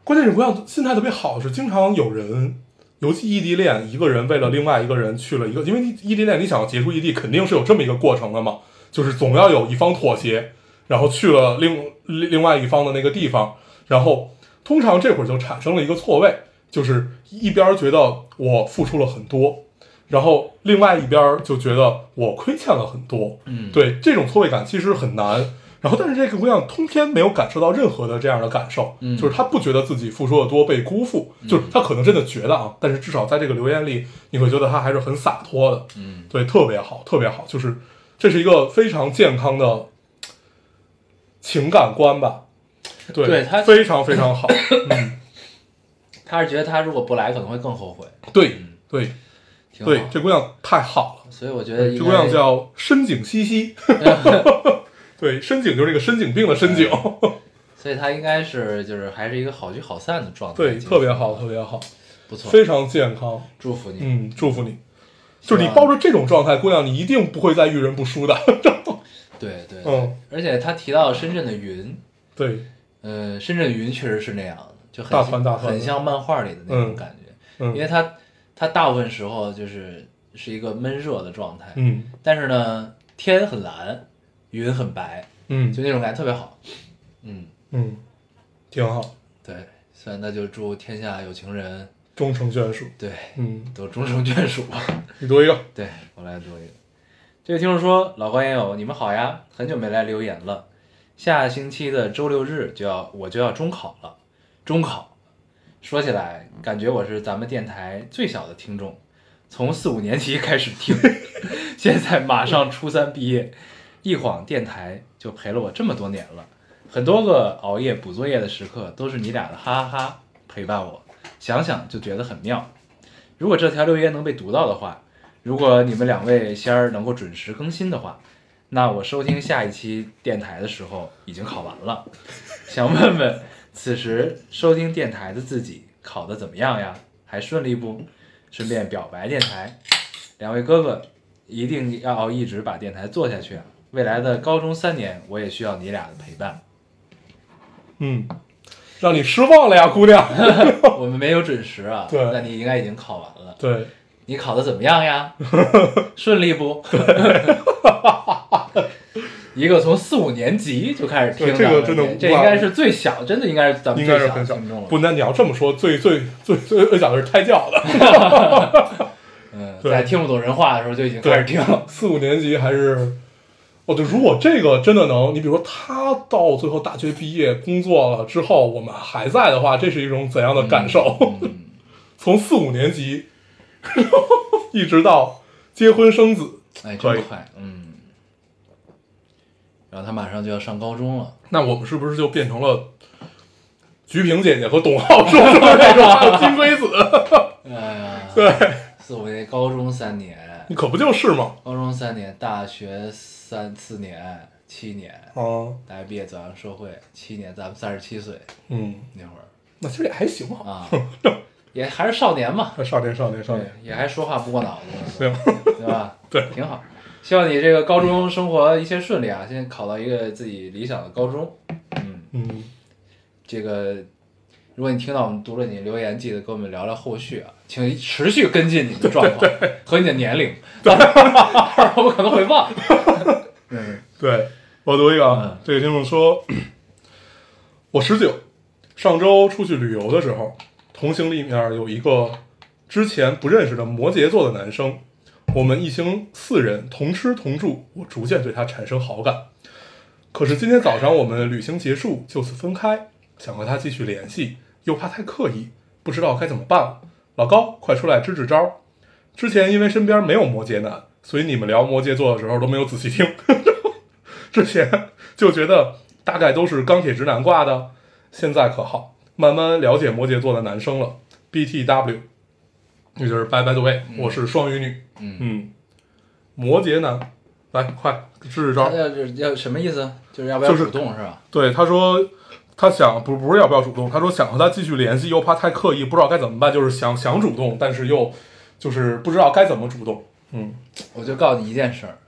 关键是不要心态特别好，是经常有人尤其异地恋，一个人为了另外一个人去了一个，因为你异地恋，你想要结束异地，肯定是有这么一个过程的嘛，就是总要有一方妥协，然后去了另另另外一方的那个地方，然后通常这会儿就产生了一个错位，就是一边儿觉得我付出了很多，然后另外一边儿就觉得我亏欠了很多，嗯，对这种错位感其实很难。然后，但是这个姑娘通篇没有感受到任何的这样的感受，嗯就是她不觉得自己付出的多被辜负，就是她可能真的觉得啊，但是至少在这个留言里，你会觉得她还是很洒脱的，嗯，对，特别好，特别好，就是这是一个非常健康的嘖情感观吧，对，对她非常非 常好，嗯， 他是觉得他如果不来可能会更后悔，对对嗯挺好对，。这姑娘太好所以我觉了，得应这该姑娘叫深井西西，对，深井就是这个深井病的深井。所以他应该是就是还是一个好聚好散的状态，对，其实特别好，特别好，不错，非常健康。祝福你。嗯，祝福你。就是希望你抱着这种状态，姑娘，你一定不会再遇人不淑的。对对，对嗯，而且他提到深圳的云，对，呃，深圳的云确实是那样的，就很大团大团的很像漫画里的那种嗯感觉，因为嗯他他大部分时候就是是一个闷热的状态，嗯但是呢，天很蓝，云很白，嗯就那种感觉特别好。嗯，嗯，挺好，对，所以那就祝天下有情人，终成眷属。对，嗯，都终成眷属吧。你读一个。对我来读一个。这位听众说：“老高烟友，你们好呀，很久没来留言了。下星期的周六日就要我就要中考了，中考。说起来，感觉我是咱们电台最小的听众，从四 五年级开始听，现在马上初三毕业，一晃电台就陪了我这么多年了。很多个熬夜补作业的时刻，都是你俩的哈哈哈陪伴我，想想就觉得很妙。如果这条留言能被读到的话，如果你们两位仙儿能够准时更新的话，那我收听下一期电台的时候已经考完了。 想问问，此时收听电台的自己考得怎么样呀？还顺利不？顺便表白电台，两位哥哥一定要一直把电台做下去啊！未来的高中三年，我也需要你俩的陪伴。嗯，让你失望了呀，姑娘。我们没有准时啊，对那你应该已经考完了。对，你考的怎么样 呀？顺利不？ 一个从四五年级就开始听对这个咱们真节的目这无法应该是最小，真的应该是咱们应该最是小的很小听众。了。不，那你要这么说，最最最最最小的是胎教的，嗯，对在听不懂人话的时候就已经开始听了。四五年级还是。哦，对，如果这个真的能，你比如说他到最后大学毕业工作了之后，我们还在的话，这是一种怎样的感受？嗯， 从四五年级 一直到结婚生子，哎，可以真快，嗯。然后他马上就要上高中了，那我们是不是就变成了菊萍姐姐和董浩叔叔那种 金龟子？哎呀， 对，四五年高中三年，你可不就是吗？高中三年，大学三四年，七年，啊，大学毕业走向社会，七年，咱们三十七岁嗯，那会儿那其实也还行啊。 啊，也还是少年嘛，少年，少年，少对年，，也还说话不过脑子，嗯 对，对吧？对挺好。希望你这个高中生活一切顺利啊！现在考到一个自己理想的高中，嗯，嗯，这个，如果你听到我们读了你的留言，记得跟我们聊聊后续啊，请持续跟进你的状况和你的年 龄，到时候到时候我可能会忘。嗯，对，我读一个啊，嗯这个听众说， 我十九，上周出去旅游的时候，同行里面有一个之前不认识的摩羯座的男生，我们一行四人同吃同住，我逐渐对他产生好感。可是今天早上我们旅行结束，就此分开，想和他继续联系，又怕太刻意，不知道该怎么办了。老高，快出来支支招儿！之前因为身边没有摩羯男，所以你们聊摩羯座的时候都没有仔细听。之前就觉得大概都是钢铁直男挂的，现在可好，慢慢了解摩羯座的男生了。BTW，也就是 By By the way，、我是双鱼女。嗯摩羯男，来快支支招他儿。要是要什么意思？就是要不要就是主动是吧？对，他说他想不不是要不要主动，他说想和他继续联系，又怕太刻意，不知道该怎么办，就是想想主动，但是又就是不知道该怎么主动。 嗯，我就告诉你一件事儿，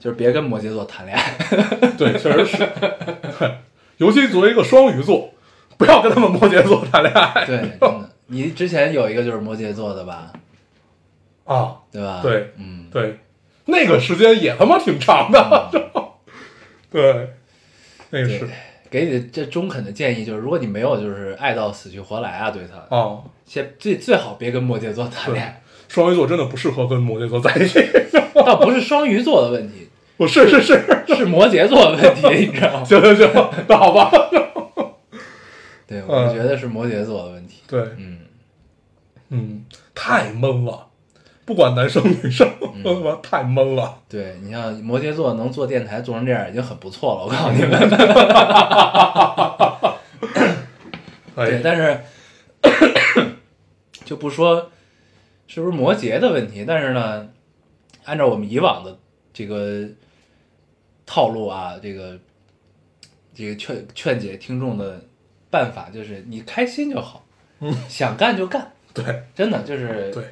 就是别跟摩羯座谈恋 爱。对，确实是， 尤其作为一个双鱼座，不要跟他们摩羯座谈恋爱 对，真的，你之前有一个就是摩羯座的吧？啊。对吧？对嗯，对，那个时间也他妈挺长的。 对，那个是嗯对给你的这中肯的建议就是，如果你没有就是爱到死去活来啊，对他，啊，先最最好别跟摩羯座谈恋爱。双鱼座真的不适合跟摩羯座在一起。 倒不是双鱼座的问题，我是是 是，是摩羯座的问题，你知道吗？ 行行行，那好吧。 对，我觉得是摩羯座的问题。对，嗯，嗯，太闷了，不管男生女生，嗯 他妈、太闷了。对你像摩羯座能做电台做成这样已经很不错了，我告诉你们。对，哎，但是就不说是不是摩羯的问题，但是呢，按照我们以往的这个套路啊，这个这个劝劝解听众的办法就是你开心就好，想干就干，对真的就是嗯对，哦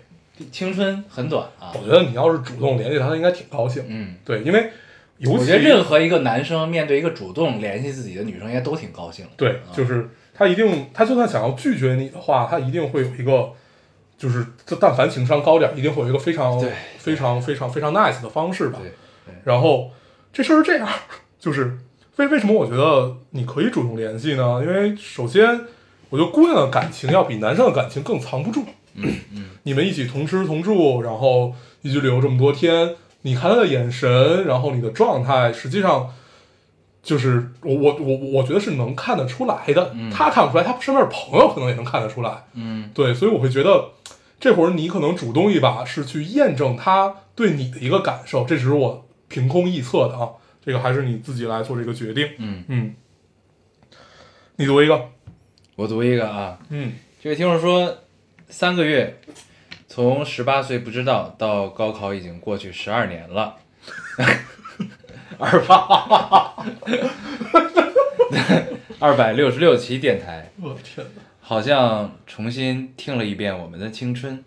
青春很短啊我。觉得你要是主动联系他，他应该挺高兴。嗯，对，因为尤我其觉得任何一个男生面对一个主动联系自己的女生，应该都挺高兴的。啊对，就是他一定，他就算想要拒绝你的话，他一定会有一个，就是就但凡情商高点儿，一定会有一个非常对非常非常非常 nice 的方式吧。对，然后这事儿是这样，就是为为什么我觉得你可以主动联系呢？因为首先，我觉得姑娘的感情要比男生的感情更藏不住。你们一起同吃同住，然后一起旅游这么多天，你看他的眼神，然后你的状态，实际上就是我我我我觉得是能看得出来的。他看不出来，他身边的朋友可能也能看得出来。嗯，对，所以我会觉得这会儿你可能主动一把，是去验证他对你的一个感受，这只是我凭空臆测的啊，这这个还是你自己来做这个决定。嗯，嗯，你读一个，我读一个啊，嗯这位听众说，三个月，从十八岁不知道到高考已经过去十二年了， 二八， 二百六十六期电台，嗯我天哪，好像重新听了一遍我们的青春。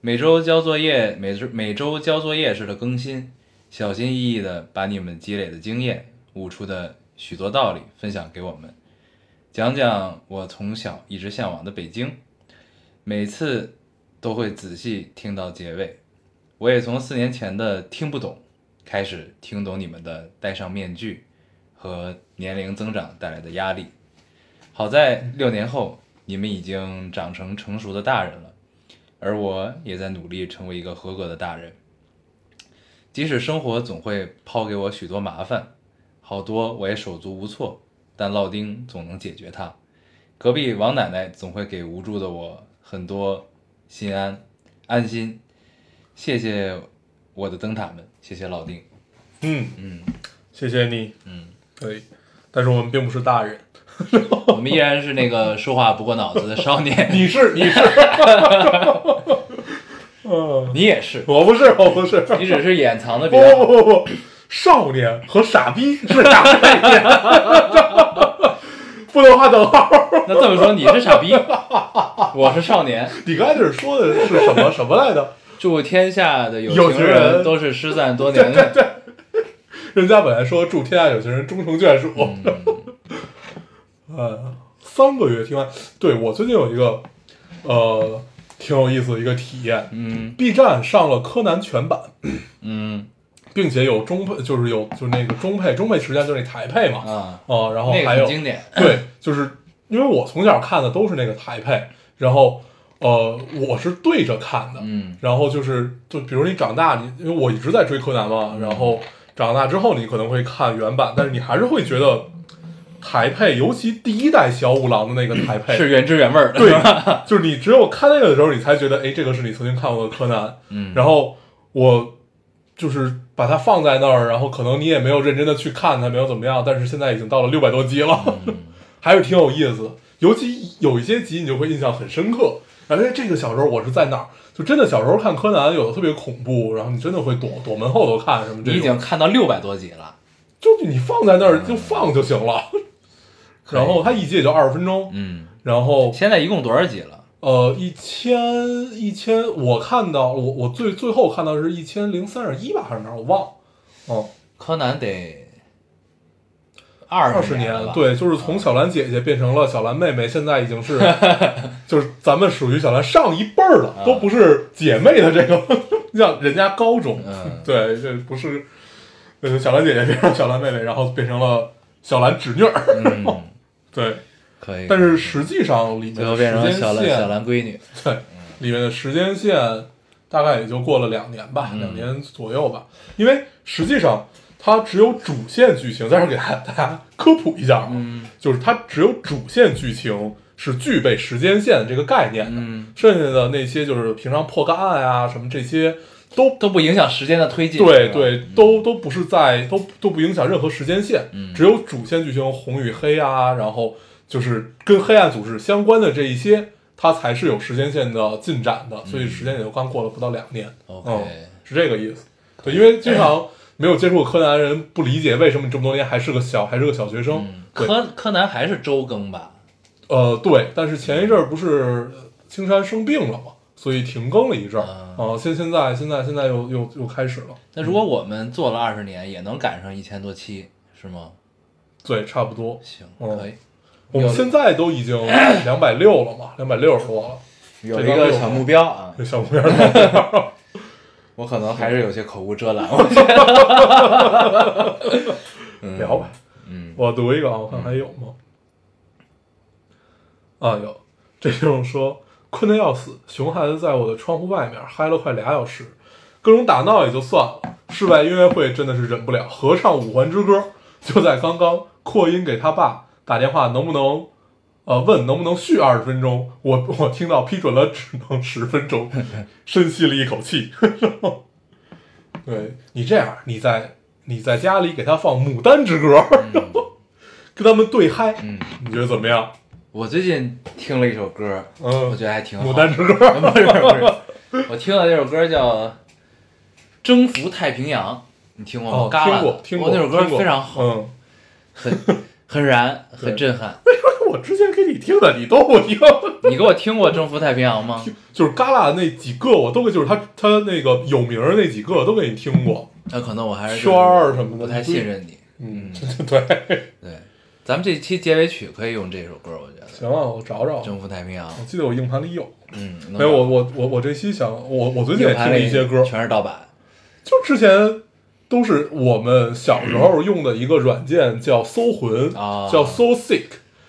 每周交作业，每周每周交作业式的更新，小心翼翼的把你们积累的经验、悟出的许多道理分享给我们，讲讲我从小一直向往的北京。每次都会仔细听到结尾，我也从四年前的听不懂开始听懂你们的戴上面具和年龄增长带来的压力。好在六年后，你们已经长成成熟的大人了，而我也在努力成为一个合格的大人。即使生活总会抛给我许多麻烦，好多我也手足无措，但烙丁总能解决它。隔壁王奶奶总会给无助的我很多心安安心。谢谢我的灯塔们，谢谢老丁。嗯嗯，谢谢你，嗯，对，但是我们并不是大人，我们依然是那个说话不过脑子的少 年，你是你是，嗯，你也是，我不是我不是，你只是掩藏的比不较好不。不不，少年和傻逼是俩概念， 不能画等号。 那这么说，你是傻 逼，我是少年。你刚开始说的是什么什么来着？祝天下的有有情情人人都是失散多年的。人家本来说祝天下有情人终成眷属，嗯 呃，三个月听完。对我最近有一个，呃，挺有意思的一个体验。嗯 B 站上了柯南全版，嗯并且有中配，就是有就是那个中配，中配实际上就是那台配嘛。啊，哦、然后那个还有很经典。对，就是因为我从小看的都是那个台配，然后呃，我是对着看的，嗯然后就是就比如你长大，你因为我一直在追柯南嘛，然后长大之后你可能会看原版，但是你还是会觉得台配，尤其第一代小五郎的那个台配，是原汁原味 儿的。对，就是你只有看那个的时候，你才觉得，哎，这个是你曾经看过的柯南。嗯然后我就是把它放在那儿，然后可能你也没有认真的去看它，没有怎么样，但是现在已经到了六百多集了，嗯 还是挺有意思。尤其有一些集你就会印象很深刻，然后哎这个小时候我是在哪儿？就真的小时候看柯南，有的特别恐怖，然后你真的会躲躲门后头看什么这你已种，经看到六百多集了。就你放在那儿就放就行了。嗯可以然后它一集也就二十分钟，嗯，然后现在一共多少集了？呃，一千一千，我看到我我最最后看到是一千零三十一吧，还是哪儿我忘了。哦，柯南得二二十十年了吧，对， 就是从小兰姐姐变成了小兰妹妹，现在已 经是，就是咱们属于小兰上一辈儿啊了，都不是姐妹的这 个，你想人家高中，嗯对，这不是，呃，小兰姐姐变成小兰妹妹，然后变成了小兰侄女儿，嗯， 对，可以。但是实际上里面最后的变成了时间小兰线小兰闺女。 对，里面的时间线大概也就过了两年吧，两年左右吧。因为实际上它只有主线剧情，在这儿给大家大家科普一下啊，就是它只有主线剧情是具备时间线这个概念的，嗯，剩下的那些就是平常破个案啊什么这些都。都不影响时间的推进。对是吧嗯对，都都不是在都都不影响任何时间线，只有主线剧情红与黑啊，然后就是跟黑暗组织相关的这一些，它才是有时间线的进展的，嗯所以时间也就刚过了不到两年。 OK 嗯，是这个意思。对，因为经 常没有接触过柯南的人不理解为什么你这么多年还是个小还是个小学生。嗯对，柯柯南还是周更吧？呃，对，但是前一阵儿不是青山生病了嘛，所以停更了一阵儿。啊啊，现现在现在现在又又又开始了。那如果我们做了二十年，也能赶上一千多期，是吗？对，差不多。行，嗯可以。我们有现在 都已经两百六了嘛，两百六十多了，有这一刚个六小嘛目标啊，这小模样儿。我可能还是有些口无遮拦。我觉得 聊吧，嗯，我读一个啊，我看还有吗？啊，有。这就是说困得要死，熊孩子在我的窗户外面嗨了快俩小时，各种打闹也就算了，室外音乐会真的是忍不了，合唱《五环之歌》就在刚刚，扩音给他爸打电话，能不能？呃，问能不能续二十分钟？我我听到批准了，只能十 分钟，深吸了一口气。对你这样，你在你在家里给他放《牡丹之歌》然后 跟他们对嗨，嗯，你觉得怎么样？我最近听了一首歌，我嗯，觉得还挺好。牡丹之歌》 不是不是，我听了那首歌叫《征服太平洋》，你听过吗？哦，嘎啦听的过听过，哇那首听歌过非常好，嗯，很很燃，很对震撼。我之前给你听的，你都不听， 你给我听过《征服太平洋》吗？就是嘎啦那几个，我都给，就是他他那个有名儿那几个都给你听过，那可能我还是圈儿什么的，不太信。任你。嗯， 对，对，咱们这期结尾曲可以用这首歌，我觉得《行啊，我找找，征服太平洋》。我记得我硬盘里有。嗯，能没有，哎我我我我这期想，我我最近也硬听盘了里一些歌，全是盗版。就之前都是我们小时候用的一个软件叫搜魂，啊叫 So Sick，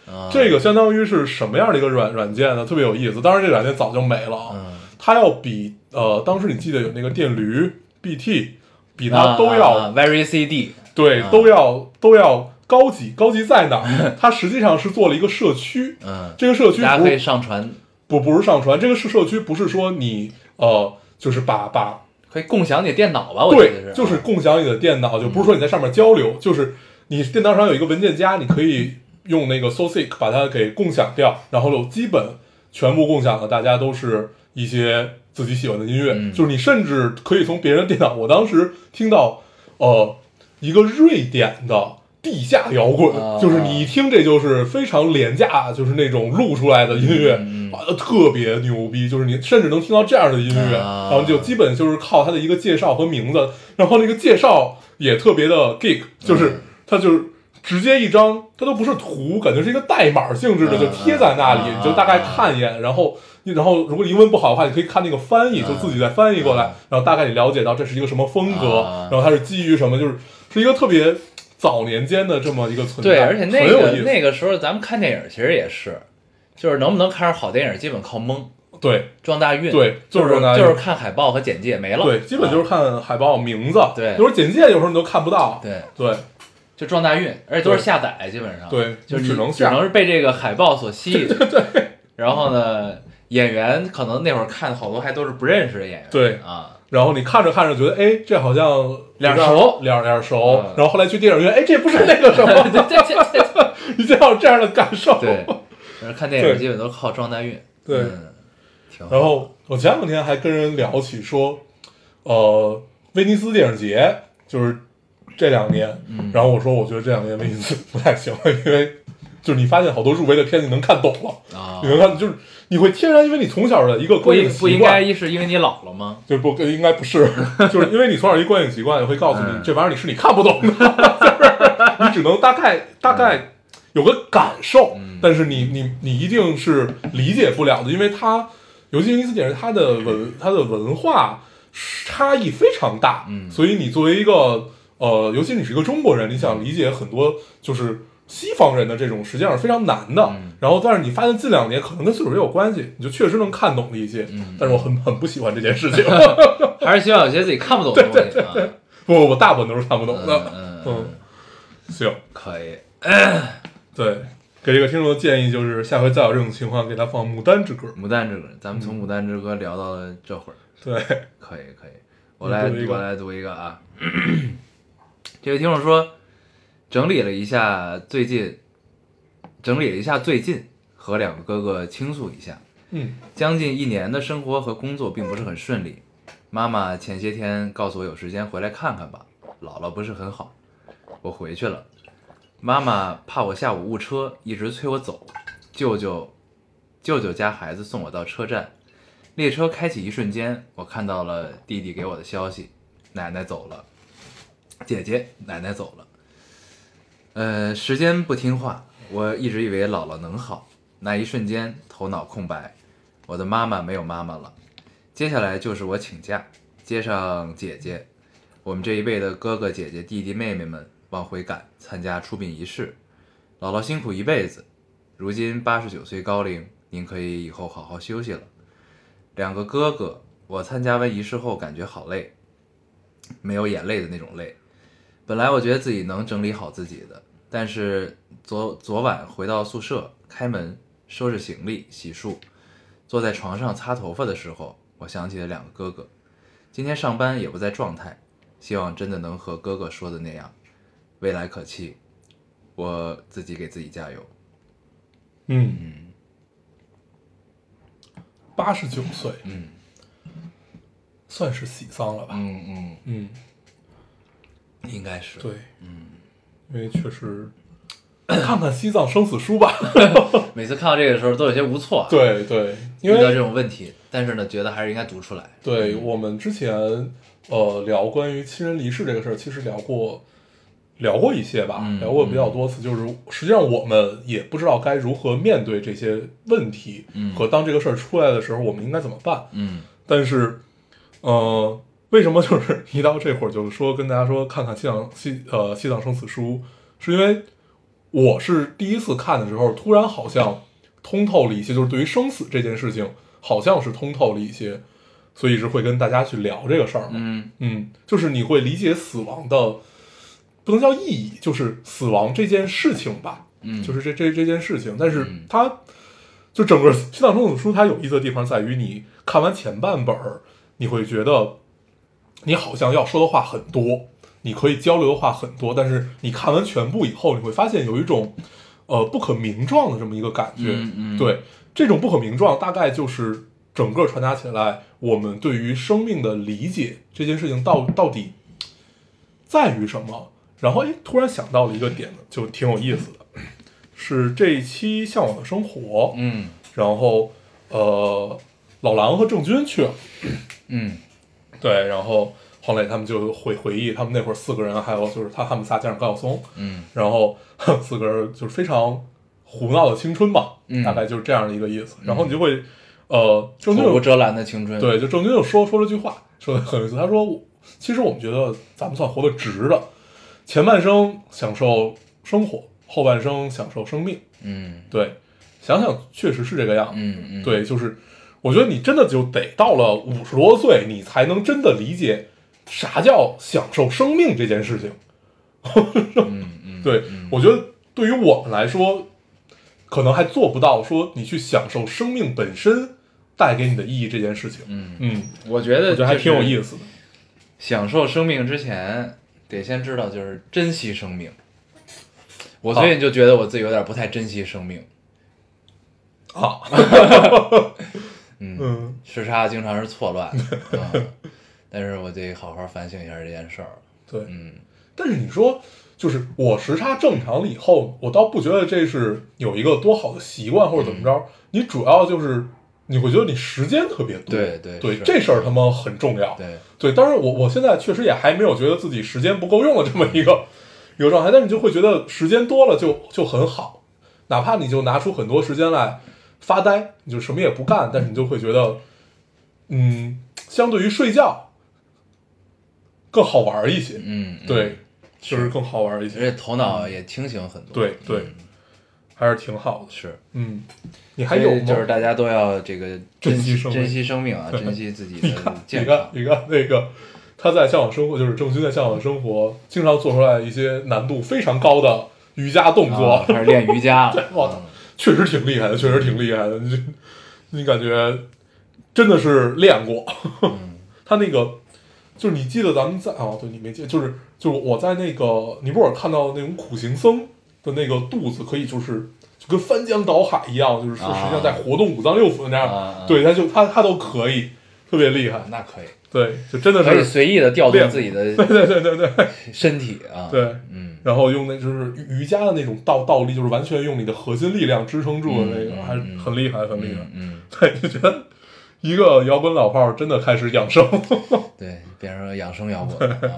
啊这个相当于是什么样的一个软软件呢？特别有意思。当然，这软件早就没了，啊，嗯，它要比呃，当时你记得有那个电驴 BT，比它啊都要、啊啊 Very CD。对、啊都要都要高级。高级在哪 儿？它实际上是做了一个社区，嗯，这个社区大家不可以是上传，不不是上传，这个是社区，不是说你呃，就是把把可以共享你的电脑啊吧？我记对得，嗯就是是共享你的电脑，就不是说你在上面交流，就是你电脑上有一个文件夹，你可以用那个 SoSick 把它给共享掉，然后有基本全部共享的，大家都是一些自己喜欢的音乐，嗯就是你甚至可以从别人的电脑，我当时听到呃一个瑞典的。地下摇滚、啊就是你一听这就是非常廉价，就是那种录出来的音乐，嗯嗯啊，特别牛逼，就是你甚至能听到这样的音乐，啊然后你就基本就是靠他的一个介绍和名字，然后那个介绍也特别的 geek，就是他就是直接一张，它都不是图，感觉是一个代码性质的，嗯就贴在那里，嗯你就大概看一眼，然后然后如果英文不好的话，你可以看那个翻译，嗯就自己再翻译过来，然后大概你了解到这是一个什么风格啊，然后它是基于什么，就是是一个特别早年间的这么一个存在，对，而且那很有个意思，那个时候咱们看电影其实也是，就是能不能看上好电影，基本靠蒙对撞大运，对就就是撞大运就是看海报和简介没了，对，基本就是啊看海报名字，对有时候简介有时候你都看不到，对，对就撞大运，而且都是对下载，基本上对就是你啊只你能只下能是被这个海报所吸引，然后呢，演员可能那会儿看好多还都是不认识的演员，对啊，然后你看着看着觉得，哎，这好像脸熟脸脸熟。嗯然后后来去电影院，哎，这不是那个什对么， 对对你就要有这样的感受。对，然后看电影对基本都靠撞大运，对嗯挺好然后我前两天还跟人聊起说，呃，威尼斯电影节就是这两年，嗯然后我说我觉得这两年威尼斯不太行了，因为就是你发现好多入围的片子你能看懂了，啊你，能看就是你会天然因为你从小的一个不观影应习惯，不应该一是因为你老了 吗？对不，应该 不是，就是因为你从小一观影习惯，会告诉你嗯这玩意儿你是你看 不懂的，就是你只能大概大嗯概有个感受，但是你你你一定是理解不了的，因为它，尤其是伊斯点是它的文它的文化差异非常大，嗯所以你作为一个呃，尤其你是一个中国人，你想理解很多就是。西方人的这种实际上是非常难的，嗯然后但是你发现近两年可能跟岁数也有关系，你就确实能看懂了一些，嗯但是我很很不喜欢这件 事情， 还是希望有些自己看不懂的东西啊。不不不，大部分都是看不懂的。嗯嗯，行，可以，对，给这个听众的建议就是，下回再有这种情况，给他放《牡丹之歌》。 《牡丹之歌》，咱们从嗯《牡丹之歌》聊到了这会儿，对，可以可以，我来你读一个我来读一个啊。 这位听众说，整理了一下最近，整理了一下最近和两个哥哥倾诉一下，嗯将近一年的生活和工作并不是很顺利。妈妈前些天告诉我有时间回来看看吧，姥姥不是很好，我回去了。妈妈怕我下午误车，一直催我走。舅舅，舅舅家孩子送我到车站，列车开启一瞬间，我看到了弟弟给我的消息：奶奶走了，姐姐，奶奶走了。呃，时间不听话，我一直以为姥姥能好，那一瞬间头脑空白，我的妈妈没有妈妈了。接下来就是我请假，接上姐姐，我们这一辈的哥哥姐姐、弟弟妹妹们往回赶，参加出殡仪式。姥姥辛苦一辈子，如今八十九岁高龄，您可以以后好好休息了。两个哥哥，我参加完仪式后感觉好累，没有眼泪的那种累。本来我觉得自己能整理好自己的，但是昨昨晚回到宿舍，开门、收拾行李、洗漱，坐在床上擦头发的时候，我想起了两个哥哥。今天上班也不在状态，希望真的能和哥哥说的那样，未来可期，我自己给自己加油。嗯，八十九岁，嗯算是喜丧了吧？嗯嗯，嗯，应该是。对，嗯，因为确实 看看西藏生死书吧。 每次看到这个的时候都有些无措，，啊对对，因遇到这为种问题，但是呢，觉得还是应该读出来。对我们之前呃聊关于亲人离世这个事儿，其实聊过。聊过一些吧，嗯聊过比较多次，就是实际上我们也不知道该如何面对这些问题，嗯和当这个事儿出来的时候，我们应该怎么办？嗯但是，呃，为什么就是 一到这会儿就是说跟大家说看看西藏西呃西藏生死书，是因为我是第一次看的时候，突然好像通透了一些，就是对于生死这件事情，好像是通透了一些，所以一直会跟大家去聊这个事儿嘛。嗯嗯，就是你会理解死亡的，不能叫意义，就是死亡这件事情吧，嗯，就是这这这件事情，但是嗯它、就整个《西藏生死书》，它有意思的地方在于，你看完前半本儿，你会觉得你好像要说的话很多，你可以交流的话很多，但是你看完全部以后，你会发现有一种呃不可名状的这么一个感觉。嗯嗯对，这种不可名状，大概就是整个传达起来，我们对于生命的理解这件事情到到底在于什么？然后哎，突然想到了一个点，就挺有意思的，是这一期《向往的生活》，嗯然后呃，老狼和郑钧去了，嗯对，然后黄磊他们就回回忆他们那会儿四个人，还有就是他他们仨加上高晓松，嗯然后四个人就是非常胡闹的青春吧，嗯大概就是这样的一个意思。然后你就会，呃，嗯，郑钧口无有遮拦的青春。，对，就郑钧就说说了句话，说的很有意思，他说，其实我们觉得咱们算活得值的，前半生享受生活，后半生享受生命。嗯对，想想确实是这个样子。嗯嗯，，对，就是我觉得你真的就得到了五十多岁，你才能真的理解啥叫享受生命这件事情。嗯嗯，对，我觉得对于我们来说，可能还做不到说你去享受生命本身带给你的意义这件事情。嗯，嗯，我觉我得觉得还挺有思。意思的。享受生命之前，得先知道就是珍惜生命。我最近就觉得我自己有点不太珍惜生命。啊，嗯，嗯，时差经常是错 乱的，嗯但是我得好好反省一下这件事儿。对。嗯但是你说，就是我时差正常了以后，我倒不觉得这是有一个多好的习惯或者怎么嗯着。你主要就是你会觉得你时间特别多，对对对，是这事儿他妈很重要。对，对，当然我我现在确实也还没有觉得自己时间不够用的这么一个一个状态，但是你就会觉得时间多了就就很好，哪怕你就拿出很多时间来发呆，你就什么也不干，但是你就会觉得，嗯，相对于睡觉更好玩一些，嗯，嗯，对，就是更好玩一而些，且头脑也清醒很多。对对，还是挺好的，是，嗯，你还有所以吗？就是大家都要这个珍珍惜生命珍惜生命 啊，珍惜自己你的看，你健看，康。啊你看那个他在《向往生活》，就是郑钧在《向往生活》经常做出来一些难度非常高的瑜伽动作，。啊，开始练瑜伽了我操，确实挺厉害的，确实挺厉害的，你这你感觉真的是练过。嗯他那个就是你记得咱们在哦，对你没记，就是就是我在那个尼泊尔看到那种苦行僧的那个肚子，可以就是就跟翻江倒海一样，就是是啊实际上在活动五脏六腑的那样，啊啊对，他就他他都可以，特别厉害嗯，那可 以，对，就真的可以是随意的调动练自己的对对对对对 身体啊。对，嗯，然后用那就是瑜伽的那种倒倒立，就是完全用你的核心力量支撑住的那个，嗯嗯还是很厉害，很厉害。嗯嗯。对，就觉得一个摇滚老炮儿真的开始养生， 对，变成了养生摇滚啊。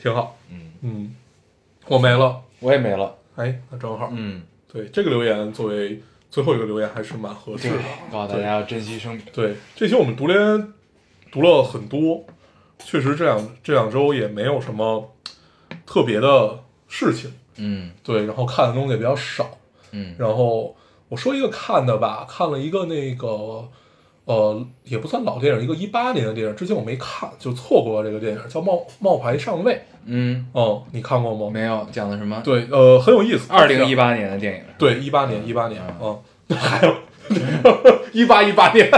挺好。嗯，嗯， 我没了，我也没了。哎，那正好。嗯，对这个留言作为最后一个留言还是啊蛮合适对的。，告诉大家要珍惜生命。对，这期我们读留言读了很多，确实这两这两周也没有什么特别的事情。嗯对，然后看的东西也比较少。嗯然后我说一个看的吧，看了一个那个，呃，也不算老电影，一个一八年的电影，之前我没看，就错过了这个电影，叫《冒冒牌上尉》。嗯，嗯，你看过吗？没有讲的什么？，对，呃，很有意思。二零一八，八年的电影。是吧，对，一八年，一八年，嗯，还有 一八一八年，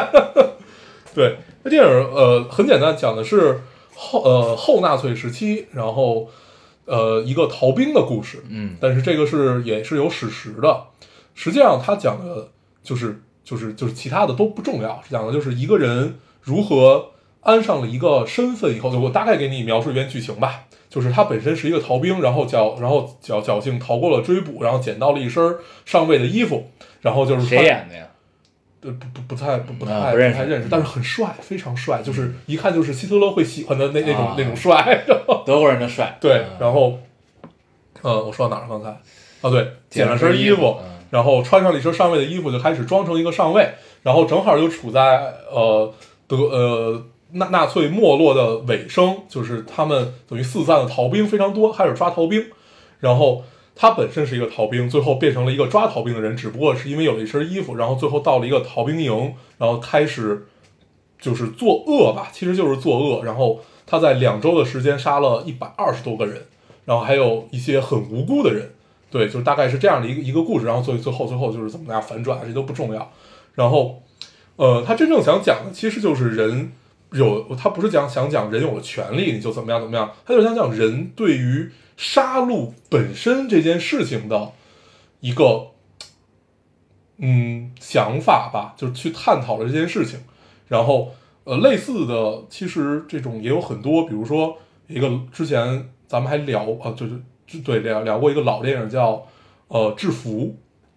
对，那电影呃很简单，讲的是后呃后纳粹时期，然后呃一个逃兵的故事，嗯但是这个是也是有史实的。实际上，他讲的就是就是就是其他的都不重要，讲的就是一个人如何安上了一个身份以后，就我大概给你描述一遍剧情吧。就是他本身是一个逃兵，然后侥然后侥侥幸逃过了追捕，然后捡到了一身上尉的衣服，然后就是谁穿演的呀？呃，不不不太不不太、啊不认识太认识，嗯但是很帅，非常帅，就是一看就是希特勒会喜欢的那那种、啊那种帅。德国人的帅，对嗯，然后，呃，我说到哪儿了？刚才啊，对，捡了身捡了身衣服嗯然后穿上了一身上尉的衣服，就开始装成一个上尉，然后正好又处在呃德呃纳纳粹没落的尾声，就是他们等于四散的逃兵非常多，开始抓逃兵，然后。他本身是一个逃兵，最后变成了一个抓逃兵的人，只不过是因为有了一身衣服，然后最后到了一个逃兵营，然后开始就是作恶吧，其实就是作恶。然后他在两周的时间杀了一百二十多个人，然后还有一些很无辜的人，对，就是大概是这样的一个一个故事。然后最最后最后就是怎么样反转，这都不重要。然后，呃，他真正想讲的其实就是人有，他不是讲想讲人有了权利你就怎么样怎么样，他就想讲人对于杀戮本身这件事情的一个。嗯，想法吧，就是去探讨了这件事情。然后呃，类似的其实这种也有很多，比如说一个之前咱们还聊啊，就是就对聊聊过一个老电影叫呃《制服》，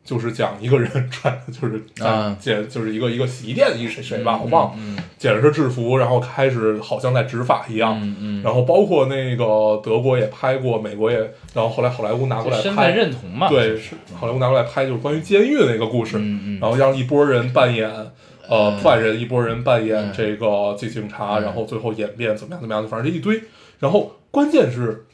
就是讲一个人穿就是啊捡就是一个一个洗衣店的一谁谁吧，嗯我忘嗯了，捡了身制服，然后开始好像在执法一样。嗯嗯，然后包括那个德国也拍过，美国也，然后后来好莱坞拿过来嗯就身拍份，认同嘛，对，是好莱坞拿过来拍就是关于监狱的那个故事，嗯嗯然后让一拨人扮演呃嗯犯人，一拨人扮演嗯这个这警察，嗯然后最后演变怎么样怎么样，反正这一堆。然后关键是，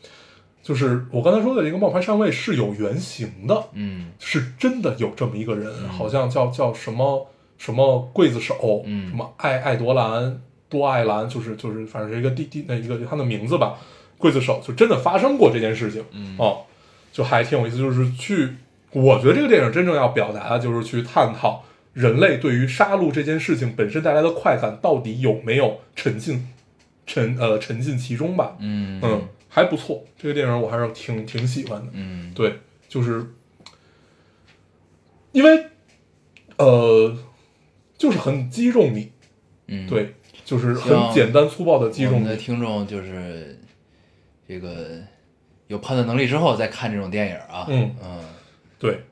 就是我刚才说的这个冒牌上尉是有原型的，嗯是真的有这么一个人，好像叫叫什么什么刽子手，嗯什么爱爱多兰多爱兰，就是就是反正是一个地地那一个他的名字吧，刽子手就真的发生过这件事情，嗯哦，就还挺有意思，就是去，我觉得这个电影真正要表达的就是去探讨人类对于杀戮这件事情本身带来的快感到底有没有沉浸沉呃沉浸其中吧，嗯嗯，还不错，这个电影我还是挺挺喜欢的，嗯对，就是因为呃，就是很击中你，嗯，对，就是行很简单粗暴的击我中们的你。听众就是这个有判断能力之后再看这种电影啊，嗯嗯，对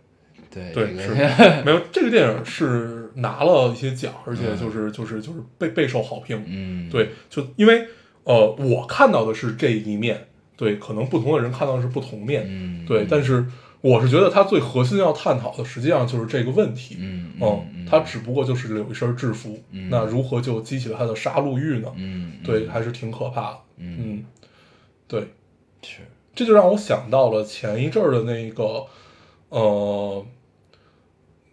对对这是个，没有这个电影是拿了一些奖，而且嗯就是就是就是备备受好 评。嗯，对，就因为呃，我看到的是这一面，对，可能不同的人看到的是不同面，嗯，对，但是我是觉得它最核心要探讨的，实际上就是这个问题。嗯嗯嗯，他只不过就是有一身制服，嗯那如何就激起了他的杀戮欲呢？嗯，对，还是挺可怕的。嗯嗯，对，是这就让我想到了前一阵儿的那个，呃，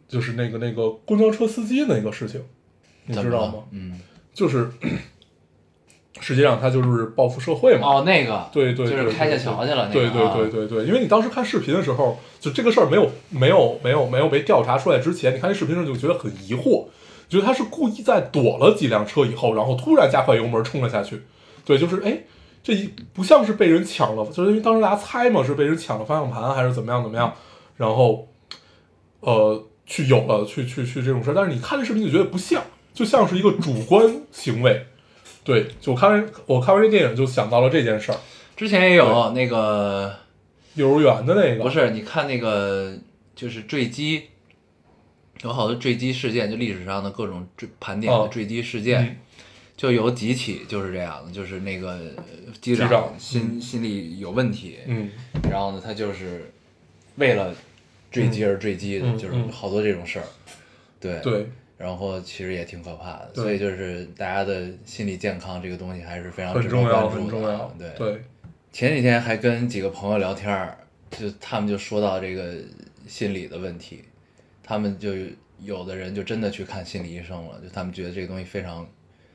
就是那个那个公交车司机那个事情，你怎知么道了吗？嗯，就是 实际上他就是报复社会嘛。哦，那个，对对，就是对开对下桥去了，那对个对啊对对对，因为你当时看视频的时候，就这个事儿没有没有没有没有被调查出来之前，你看这视频的时候就觉得很疑惑，觉得他是故意在躲了几辆车以后，然后突然加快油门冲了下去。对，就是哎，这一不像是被人抢了，就是因为当时大家猜嘛，是被人抢了方向盘还是怎么样怎么样，然后呃去有了去去去这种事儿，但是你看这视频就觉得不像，就像是一个主观行为。对，就我看完我看完这电影就想到了这件事儿，之前也有那个幼儿园的那个不是，你看那个就是坠机，有好多坠机事件，就历史上的各种坠盘点的哦坠机事件，嗯就有几起就是这样的，就是那个呃机机长心、心理有问题，嗯然后呢，他就是为了坠机而坠机的，嗯就是嗯好多这种事儿，对，对，然后其实也挺可怕的，对所以就是大家的心理健康这个东西还是非常很值得重要，关很注重的啊要，，对对，前几天还跟几个朋友聊天儿，就他们就说到这个心理的问题，他们就有的人就真的去看心理医生了，就他们觉得这个东西非常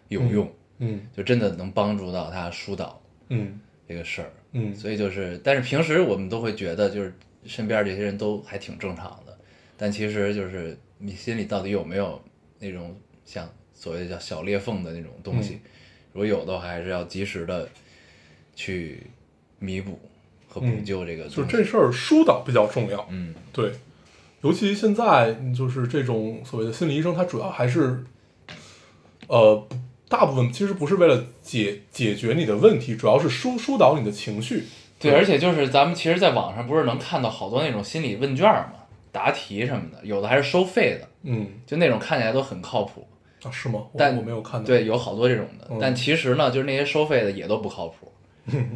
有用，嗯就真的能帮助到他疏导嗯这个事儿。嗯，所以就是，但是平时我们都会觉得，就是身边这些人都还挺正常的，但其实就是嗯你心里到底有没有那种像所谓的叫小裂缝的那种东西，如果有的话，还是要及时的去弥补和补救这个嗯就东西。是这事儿疏导比较重要。嗯，对，尤其现在就是这种所谓的心理医生，他主要还是，呃，不大部分其实不是为了解解决你的问题，主要是疏疏导你的情绪。对，而且就是咱们其实在网上不是能看到好多那种心理问卷嘛，答题什么的，有的还是收费的，嗯，就那种看起来都很靠谱。啊，是吗？我但我没有看到。对，有好多这种的嗯，但其实呢，就是那些收费的也都不靠 谱，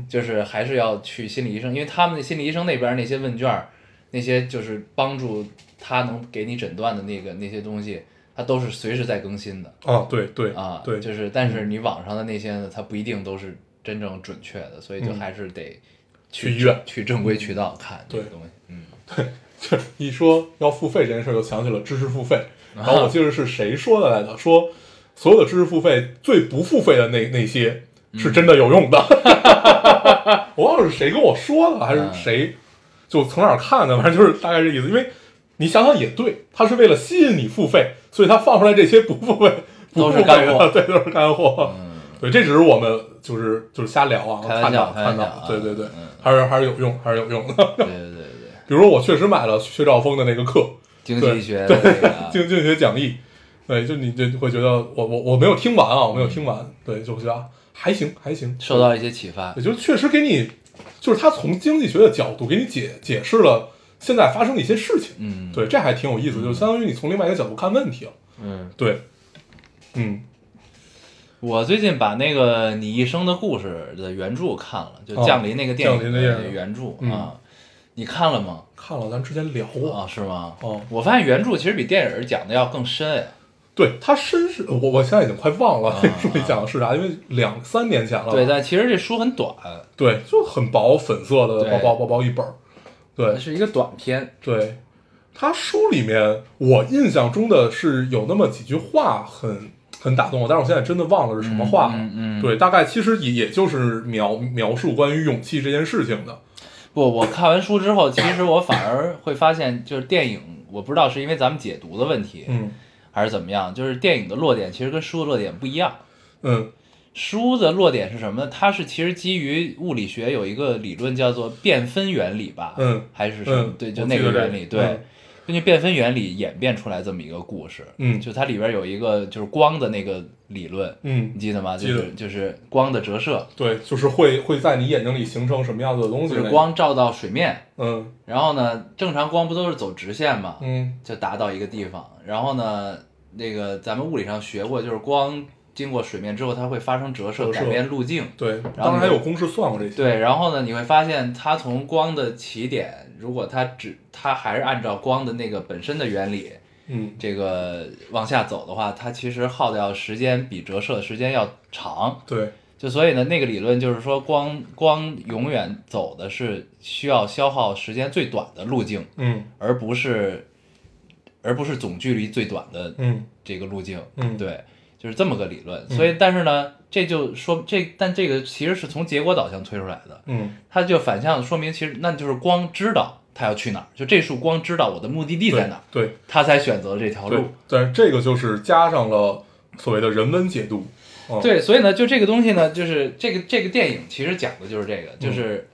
就是还是要去心理医生，因为他们的心理医生那边那些问卷儿，那些就是帮助他能给你诊断的那个那些东西，它都是随时在更新的啊，对对啊。对，嗯就是但是你网上的那些呢，它不一定都是真正准确的，所以就还是得嗯去医院嗯去正规渠道看这对个东西。 嗯，这一说要付费这件事儿，就想起了知识付费。啊然后我记得是谁说的来着？说所有的知识付费最不付费的那那些是真的有用的。 我忘了是谁跟我说的，还是嗯谁就从哪儿看的，反正就是大概这意思。因为你想想也对，他是为了吸引你付费，所以他放出来这些不 付费都是不付费的干货嗯对，都是干货。对，这只是我们就是就是瞎聊啊，开玩看笑到开玩看笑到啊，对对对嗯，还是还是有用，还是有用的。对对对对，比如说我确实买了薛兆丰的那个课，经对济学的这个啊 经经济学讲义，对，就你就会觉得我我我没有听完啊，我没有听完，对，就会觉得啊还行还行，受到一些启发也。就确实给你，就是他从经济学的角度给你解解释了现在发生的一些事情，嗯，对，这还挺有意思，就相当于你从另外一个角度看问题了，嗯。对，嗯，我最近把那个《你一生的故事》的原著看了，就降临那个电哦降影临的电影原著嗯啊，你看了吗？看了咱之前聊过，啊，是吗？哦我发现原著其实比电影讲的要更深哎。对他身世，我我现在已经快忘了 啊这书里讲的是啥，因为两三年前了，对，但其实这书很短，对，就很薄，粉色的对薄薄薄薄一本儿，对它，是一个短篇。对，他书里面我印象中的是有那么几句话很很打动我，但是我现在真的忘了是什么话了。嗯嗯嗯对，大概其实也也就是描描述关于勇气这件事情的。不，我看完书之后，其实我反而会发现，就是电影，我不知道是因为咱们解读的问题，嗯还是怎么样，就是电影的落点其实跟书的落点不一样。嗯书的落点是什么呢？它是其实基于物理学有一个理论叫做变分原理吧，嗯还是什么？嗯对，我就记那得个这原个理，对，嗯根据变分原理演变出来这么一个故事。嗯就它里边有一个就是光的那个理论，你嗯，记得吗？就记得是就是光的折射，对，就是会会在你眼睛里形成什么样子的东西就那是个。光照到水面，嗯然后呢，正常光不都是走直线吗？嗯就达到一个地方，然后呢，那个咱们物理上学过，就是光经过水面之后，它会发生折射，折射改变路径。对，然后当然还你有公式算过这些。对，然后呢，你会发现它从光的起点，如果它只它还是按照光的那个本身的原理，嗯这个往下走的话，它其实耗掉时间比折射的时间要长。对就所以呢，那个理论就是说光，光永远走的是需要消耗时间最短的路径，嗯而不是而不是总距离最短的嗯这个路径。嗯对，就是这么个理论。所以，但是呢，这就说这，但这个其实是从结果导向推出来的。嗯，它就反向说明，其实那就是光知道它要去哪儿，就这束光知道我的目的地在哪儿，对。对它才选择这条对路。，但是这个就是加上了所谓的人文解读。嗯、对，所以呢，就这个东西呢，就是这个这个电影其实讲的就是这个，就是、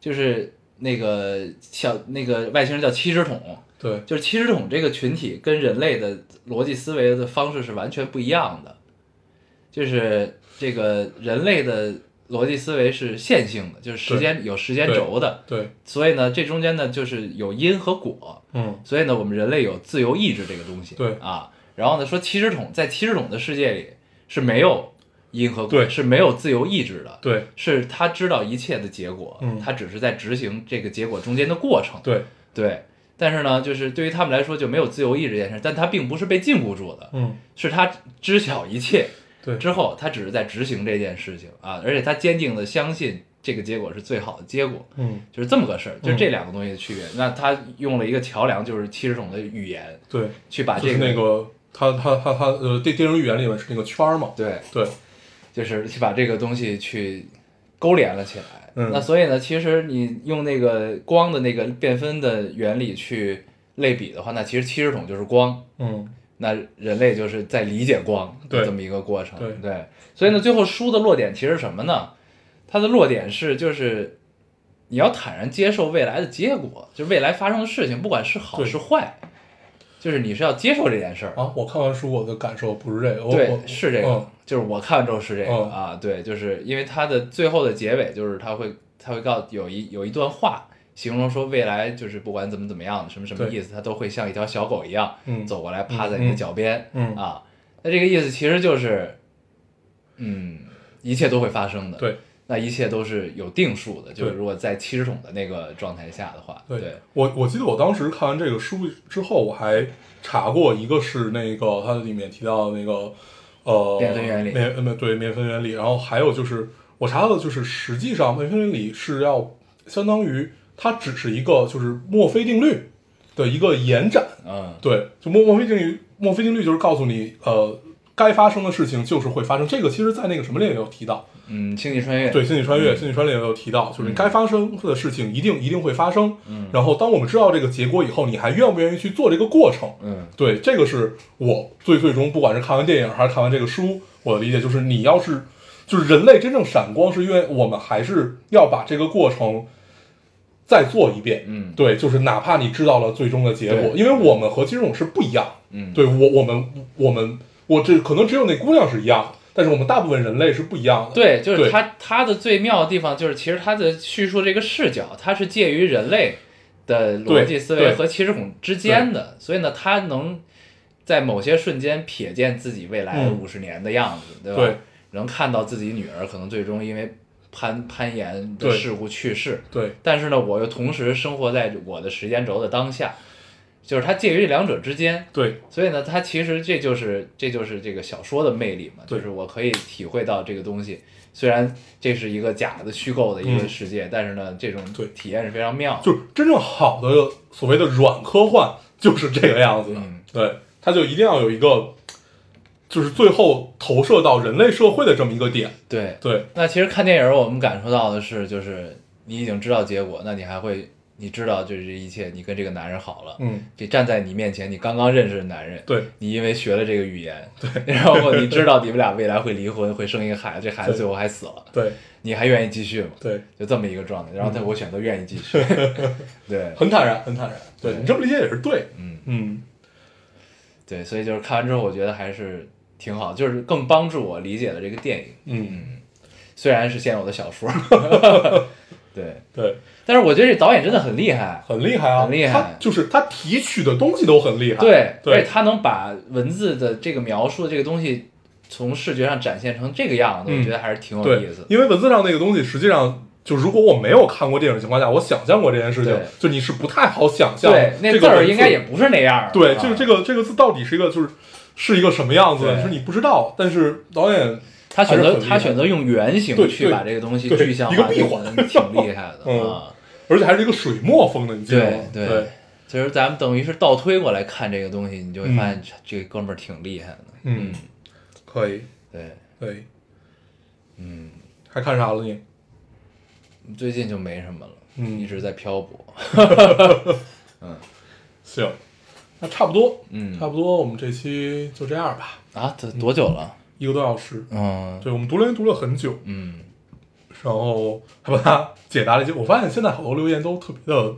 就是那个小那个外星人叫七只桶，对，就是七只桶这个群体跟人类的逻辑思维的方式是完全不一样的，就是这个人类的逻辑思维是线性的，就是时间有时间轴的，对，所以呢，这中间呢就是有因和果，嗯所以呢，我们人类有自由意志这个东西，对啊，然后呢，说七只桶在七只桶的世界里是没有因和果，对是没有自由意志的，对是他知道一切的结果，嗯他只是在执行这个结果中间的过程，对，对，但是呢，就是对于他们来说就没有自由意志这件事，但他并不是被禁锢住的，嗯是他知晓一切对，之后，他只是在执行这件事情啊，而且他坚定的相信这个结果是最好的结果，嗯就是这么个事儿，就是这两个东西的区别。那他用了一个桥梁，就是七十种的语言对，去把就这是个、那个他他他他呃电电影语言里面是那个圈儿嘛，对，对，就是去把这个东西去勾连了起来。嗯那所以呢，其实你用那个光的那个变分的原理去类比的话，那其实七十种就是光，嗯那人类就是在理解光对的这么一个过程，对所以呢，最后书的落点其实是什么呢？它的落点是就是你要坦然接受未来的结果，就未来发生的事情，不管是好对是坏，就是你是要接受这件事儿。啊，我看完书，我的感受不是这个，我对我，是这个，嗯就是我看完之后是这个、嗯啊，对，就是因为它的最后的结尾就是他会他会告有一有一段话形容说未来就是不管怎么怎么样什么什么对意思，它都会像一条小狗一样嗯走过来趴在你的脚边、嗯嗯啊，那这个意思其实就是，嗯，一切都会发生的，对，那一切都是有定数的，就是对如果在七十桶的那个状态下的话，对，对，我我记得我当时看完这个书之后，我还查过，一个是那个它里面提到的那个呃面分原理面呃对面分原理，然后还有就是我查到的就是实际上面分原理是要相当于它只是一个就是墨菲定律的一个延展，嗯，对，就墨墨菲定律，墨菲定律就是告诉你呃该发生的事情就是会发生，这个其实在那个什么里也有提到，嗯，星际穿越，对，星际穿越，星际穿越也有提到，就是嗯该发生的事情一定一定会发生。然后当我们知道这个结果以后，你还愿不愿意去做这个过程？嗯，对，这个是我最最终，不管是看完电影还是看完这个书，我的理解就是，你要是就是人类真正闪光，是因为我们还是要把这个过程再做一遍。嗯对，就是哪怕你知道了最终的结对果，因为我们和金融是不一样的。嗯，对我，我们，我们，我这可能只有那姑娘是一样的，但是我们大部分人类是不一样的。对，就是对它它的最妙的地方就是，其实它的叙述这个视角，它是介于人类的逻辑对思维对和骑士孔之间的，所以呢，它能在某些瞬间瞥见自己未来嗯五十年的样子，对吧？对能看到自己女儿可能最终因为攀攀岩的对事故去世，对，但是呢，我又同时生活在我的时间轴的当下，就是它介于这两者之间，对，所以呢，它其实这就是这就是这个小说的魅力嘛，对就是我可以体会到这个东西，虽然这是一个假的虚构的一个嗯世界，但是呢，这种对体验是非常妙的。就是真正好的所谓的软科幻就是这个样子的。嗯对，它就一定要有一个，就是最后投射到人类社会的这么一个点。对，对，那其实看电影我们感受到的是，就是你已经知道结果，那你还会你知道就是这一切，你跟这个男人好了，嗯，这站在你面前，你刚刚认识的男人，对，你因为学了这个语言，对， 然后你知道你们俩未来会离婚，会生一个孩子，这孩子对最后还死了，对，你还愿意继续吗？对，就这么一个状态。然后他嗯我选择愿意继 续，对很坦然，很坦然。对对你这么理解也是对。嗯嗯，对，所以就是看完之后，我觉得还是挺好，就是更帮助我理解了这个电影，嗯，虽然是现有的小说， 对，对，但是我觉得这导演真的很厉害，很厉害啊，很厉害他就是他提取的东西都很厉害。对，而且对，他能把文字的这个描述的这个东西。从视觉上展现成这个样子，嗯我觉得还是挺有意对思，的。因为文字上那个东西，实际上就如果我没有看过电影的情况下，我想象过这件事情对，就你是不太好想象对，这那个字儿文应该也不是那样儿的。对，啊就是这个这个字到底是一个就是是一个什么样子对的，是你不知道。但是导演，他选还是择很厉害他选择用原型对去对把这个东西对具象一个化，闭环这个挺厉害的嗯啊。而且还是一个水墨风的，你记得吗对？对其实咱们等于是倒推过来看这个东西，你就会发现这哥们儿挺厉害的。嗯，可以，对，对，嗯，还看啥了你？最近就没什么了，嗯一直在漂泊。行，那差不多，嗯差不多，我们这期就这样吧，啊，这多久了？一个多小时。嗯对，我们读留言读了很久，嗯，然后还把它解答了一些。我发现现在好多留言都特别的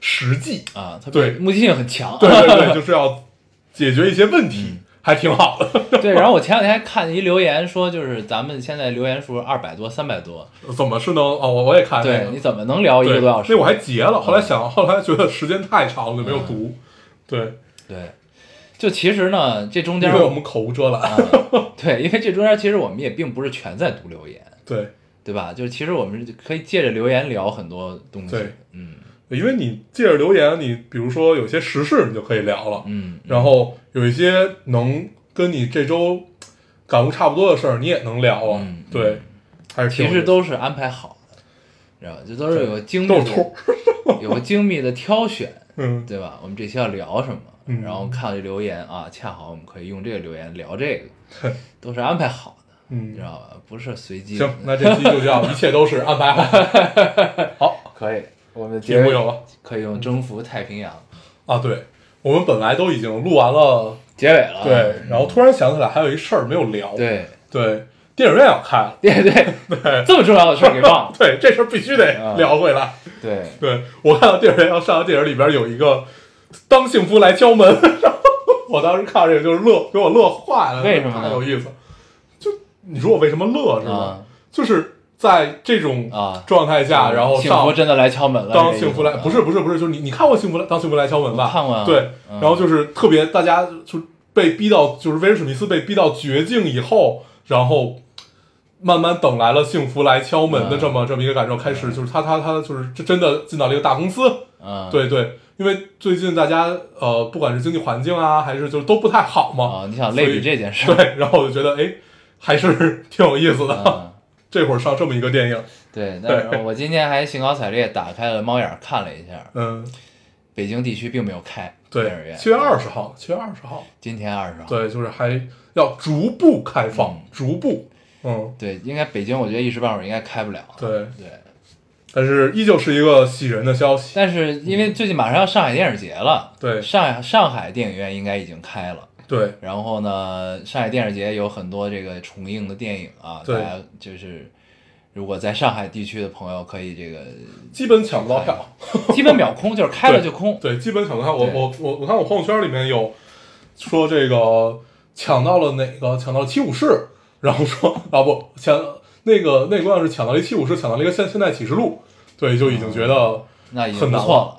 实际，啊，他对目的性很强。啊对对对， 就是要解决一些问题，嗯还挺好的。 对然后我前两天还看一留言说，就是咱们现在留言数二百多、三百多，怎么是能？哦，我我也看那对个，，你怎么能聊一对，个多小时？嗯那我还截了，后来想，后来觉得时间太长了，就没有读。对，对，就其实呢，这中间因为我们口无遮拦。 嗯对，因为这中间其实我们也并不是全在读留言，对，对吧？就是其实我们可以借着留言聊很多东西。对嗯因为你借着留言，你比如说有些时事你就可以聊了，嗯，然后有一些能跟你这周感悟差不多的事儿，你也能聊啊。嗯对，还是挺其有意实思都是安排好的，知道吧？这都是有个精密都是托的，有个精密的挑选，嗯对吧？我们这期要聊什么？嗯然后看这留言啊，恰好我们可以用这个留言聊这 个，都是安排好的，你知嗯，道吧？不是随机的。行，那这期就这样，一切都是安排 好。好，可以，我们的题节目目有了可以用征服太平洋。啊，对。我们本来都已经录完了结尾了。对，然后突然想起来还有一事儿没有聊，对对，电影院要开了，对对对这么重要的事儿给 忘了。对，这事儿必须得啊聊回来。对，对我看到电影院要上的电影里边有一个当幸福来敲门， 然后我当时看这个就是乐，给我乐坏了。为什么呢太有意思。就你说我为什么乐是吧？啊就是在这种啊状态下，然后幸福上真的来敲门了。当这个意幸思福来不是不是不是，就是你你看过《幸福来当幸福来敲门》吧？看过啊对，嗯然后就是特别大家就被逼到，就是威尔史密斯被逼到绝境以后，然后慢慢等来了幸福来敲门嗯的这么、这么一个感受，开始就是他他他就是真真的进到了一个大公司，嗯，对对，因为最近大家呃，不管是经济环境啊，还是就是都不太好嘛，啊，你想类所以比这件事儿，对，然后我就觉得哎，还是 挺有意思的。嗯，这会儿上这么一个电影，对。但是我今天还兴高采烈打开了猫眼儿看了一下，嗯，北京地区并没有开电影对，院，七月二十号，七月二十号，今天二十号，对，就是还要逐步开放，嗯逐步，嗯，对，应该北京我觉得一时半会儿应该开不了。对，对，但是依旧是一个喜人的消息，但是因为最近马上要上海电影节了，对上海上海电影院应该已经开了。对然后呢，上海电影节有很多这个重映的电影啊，对大家就是如果在上海地区的朋友可以这个基本抢不到票，基本秒空，就是开了就空。对，基本抢不到。我对我我我看我朋友圈里面有说这个抢到了哪个抢到了七武士，然后说啊不抢那个那姑娘是抢到了一七武士，抢到了一个现现代启示录，对，就已经觉得嗯那已经很不难错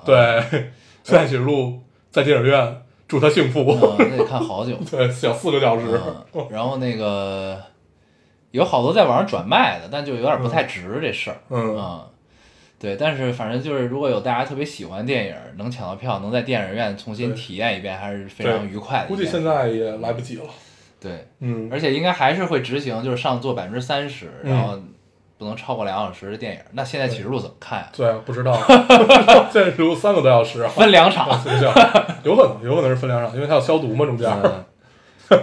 了。嗯对，现代启示录在电影院祝他幸福，嗯，那得看好 久。对，小四个小时，嗯，然后那个有好多在网上转卖的，但就有点不太值这事儿。嗯嗯对，但是反正就是，如果有大家特别喜欢电影，能抢到票，能在电影院重新对体验一遍，还是非对常愉快的一估件计事。现在也来不及了，对，嗯，而且应该还是会执行，就是上座百分之三十，嗯然后不能超过两小时的电影。那现在启示录怎么看呀、对啊，不知 道，现代启示录三个多小时啊。分两 场，分两场，有可能，有可能是分两场，因为它要消毒嘛，中间。嗯，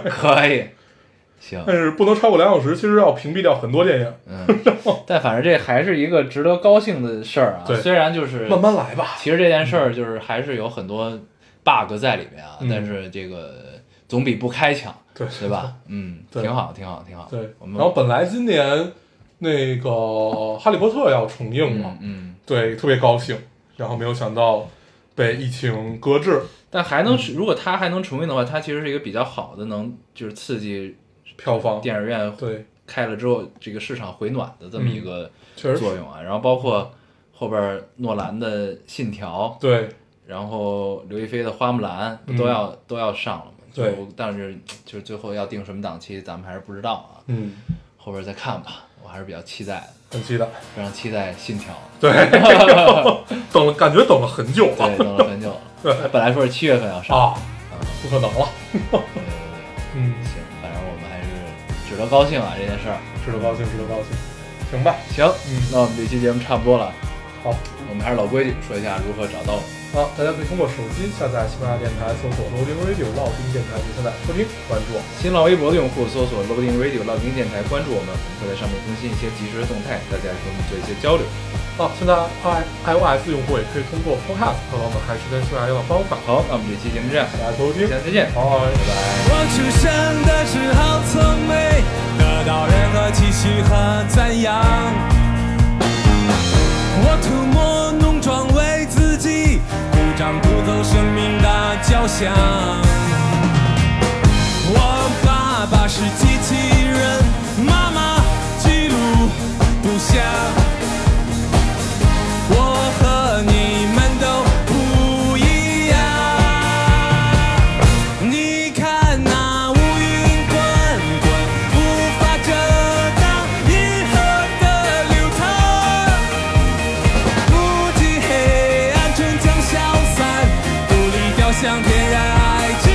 可以， 行，但是不能超过两小时，其实要屏蔽掉很多电影。嗯，但反正这还是一个值得高兴的事儿啊对。虽然就是慢慢来吧。其实这件事儿就是还是有很多 bug 在里面啊，嗯但是这个总比不开强，对对吧？嗯，对挺好，挺好，挺好。对，我然们后本来今年那个《哈利波特》要重映嘛嗯，嗯，对，特别高兴。然后没有想到被疫情搁置，但还嗯能如果它还能重映的话，它其实是一个比较好的，能就是刺激票房电影院对，嗯开了之后这个市场回暖的这么一个确实作用啊。然后包括后边儿诺兰的《信条》，对然后刘亦菲的《花木兰》嗯都要、都要上了嘛。对就，但是就是最后要定什么档期，咱们还是不知道啊。嗯，后边再看吧，我还是比较期待的，很期待。非常期待《信条对， 等了，感觉等了很久》。对，了等了很久了，本来说是七月份要上，啊，不可能了。对对对，嗯，行，反正我们还是值得高兴啊这件事儿。值得高兴，值得高兴。行吧，行，嗯那我们这期节目差不多了，好。我们还是老规矩，说一下如何找到我们。好，大家可以通过手机下载喜马拉雅电台，搜索 Loading Radio 老丁电台，就下载收听，关注我们。新浪微博的用户搜索 Loading Radio 老丁电台，关注我们，我们会在上面更新一些即时的动态，大家也和我们做一些交流。啊，现在 i iOS 用户也可以通过 Podcast 和我们海时跟喜马拉雅的方法，好，那我们这期节目这样，大家收听大，家再见，拜拜。拜拜。我出生的时候从没得到任何期许和赞扬，我涂抹浓妆为自己鼓掌，鼓奏生命的交响。我爸爸是机器人，妈妈记录不详。我和你们都不一样。你看那乌云滚滚，无法遮挡银河的流淌。不计黑暗，终将消散，独立雕像点燃爱之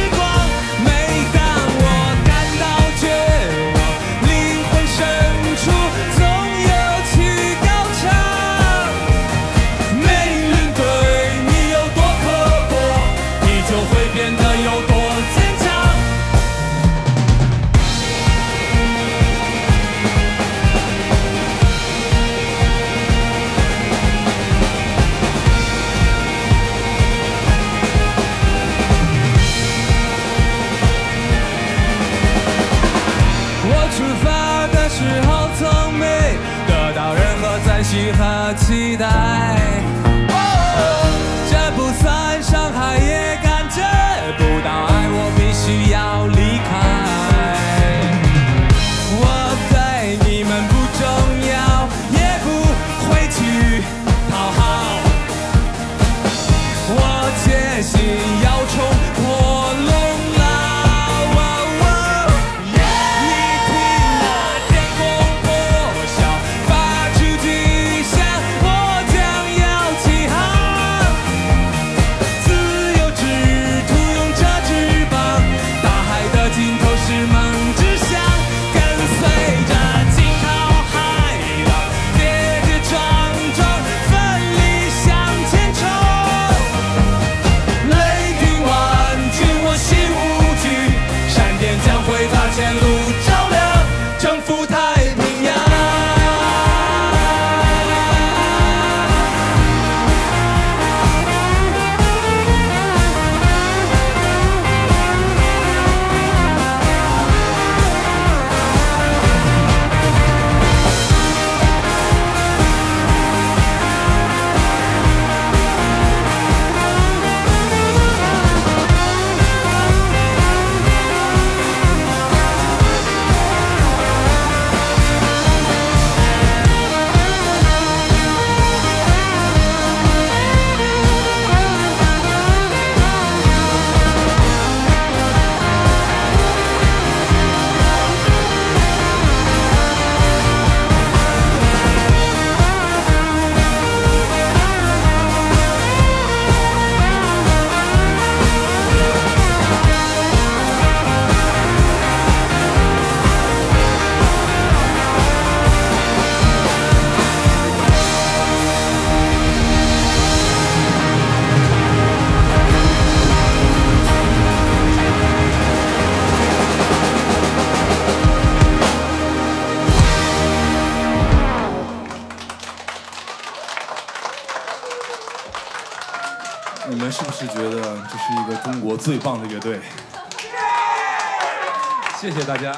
惜和期待。哦，这不算伤害，也感觉不到爱，我必须要离开。我对你们不重要，也不会去讨好。我决心要冲破哦笼牢。你听那天空破晓，发出巨响，我将要起航。自由之徒用着翅膀，大海的尽头是梦之乡，跟随着惊涛骇浪，跌跌撞撞，奋力向前冲。雷霆万钧，我心无惧，闪电将会把前路照亮，征服太平洋。你们是不是觉得这是一个中国最棒的乐队？谢谢大家。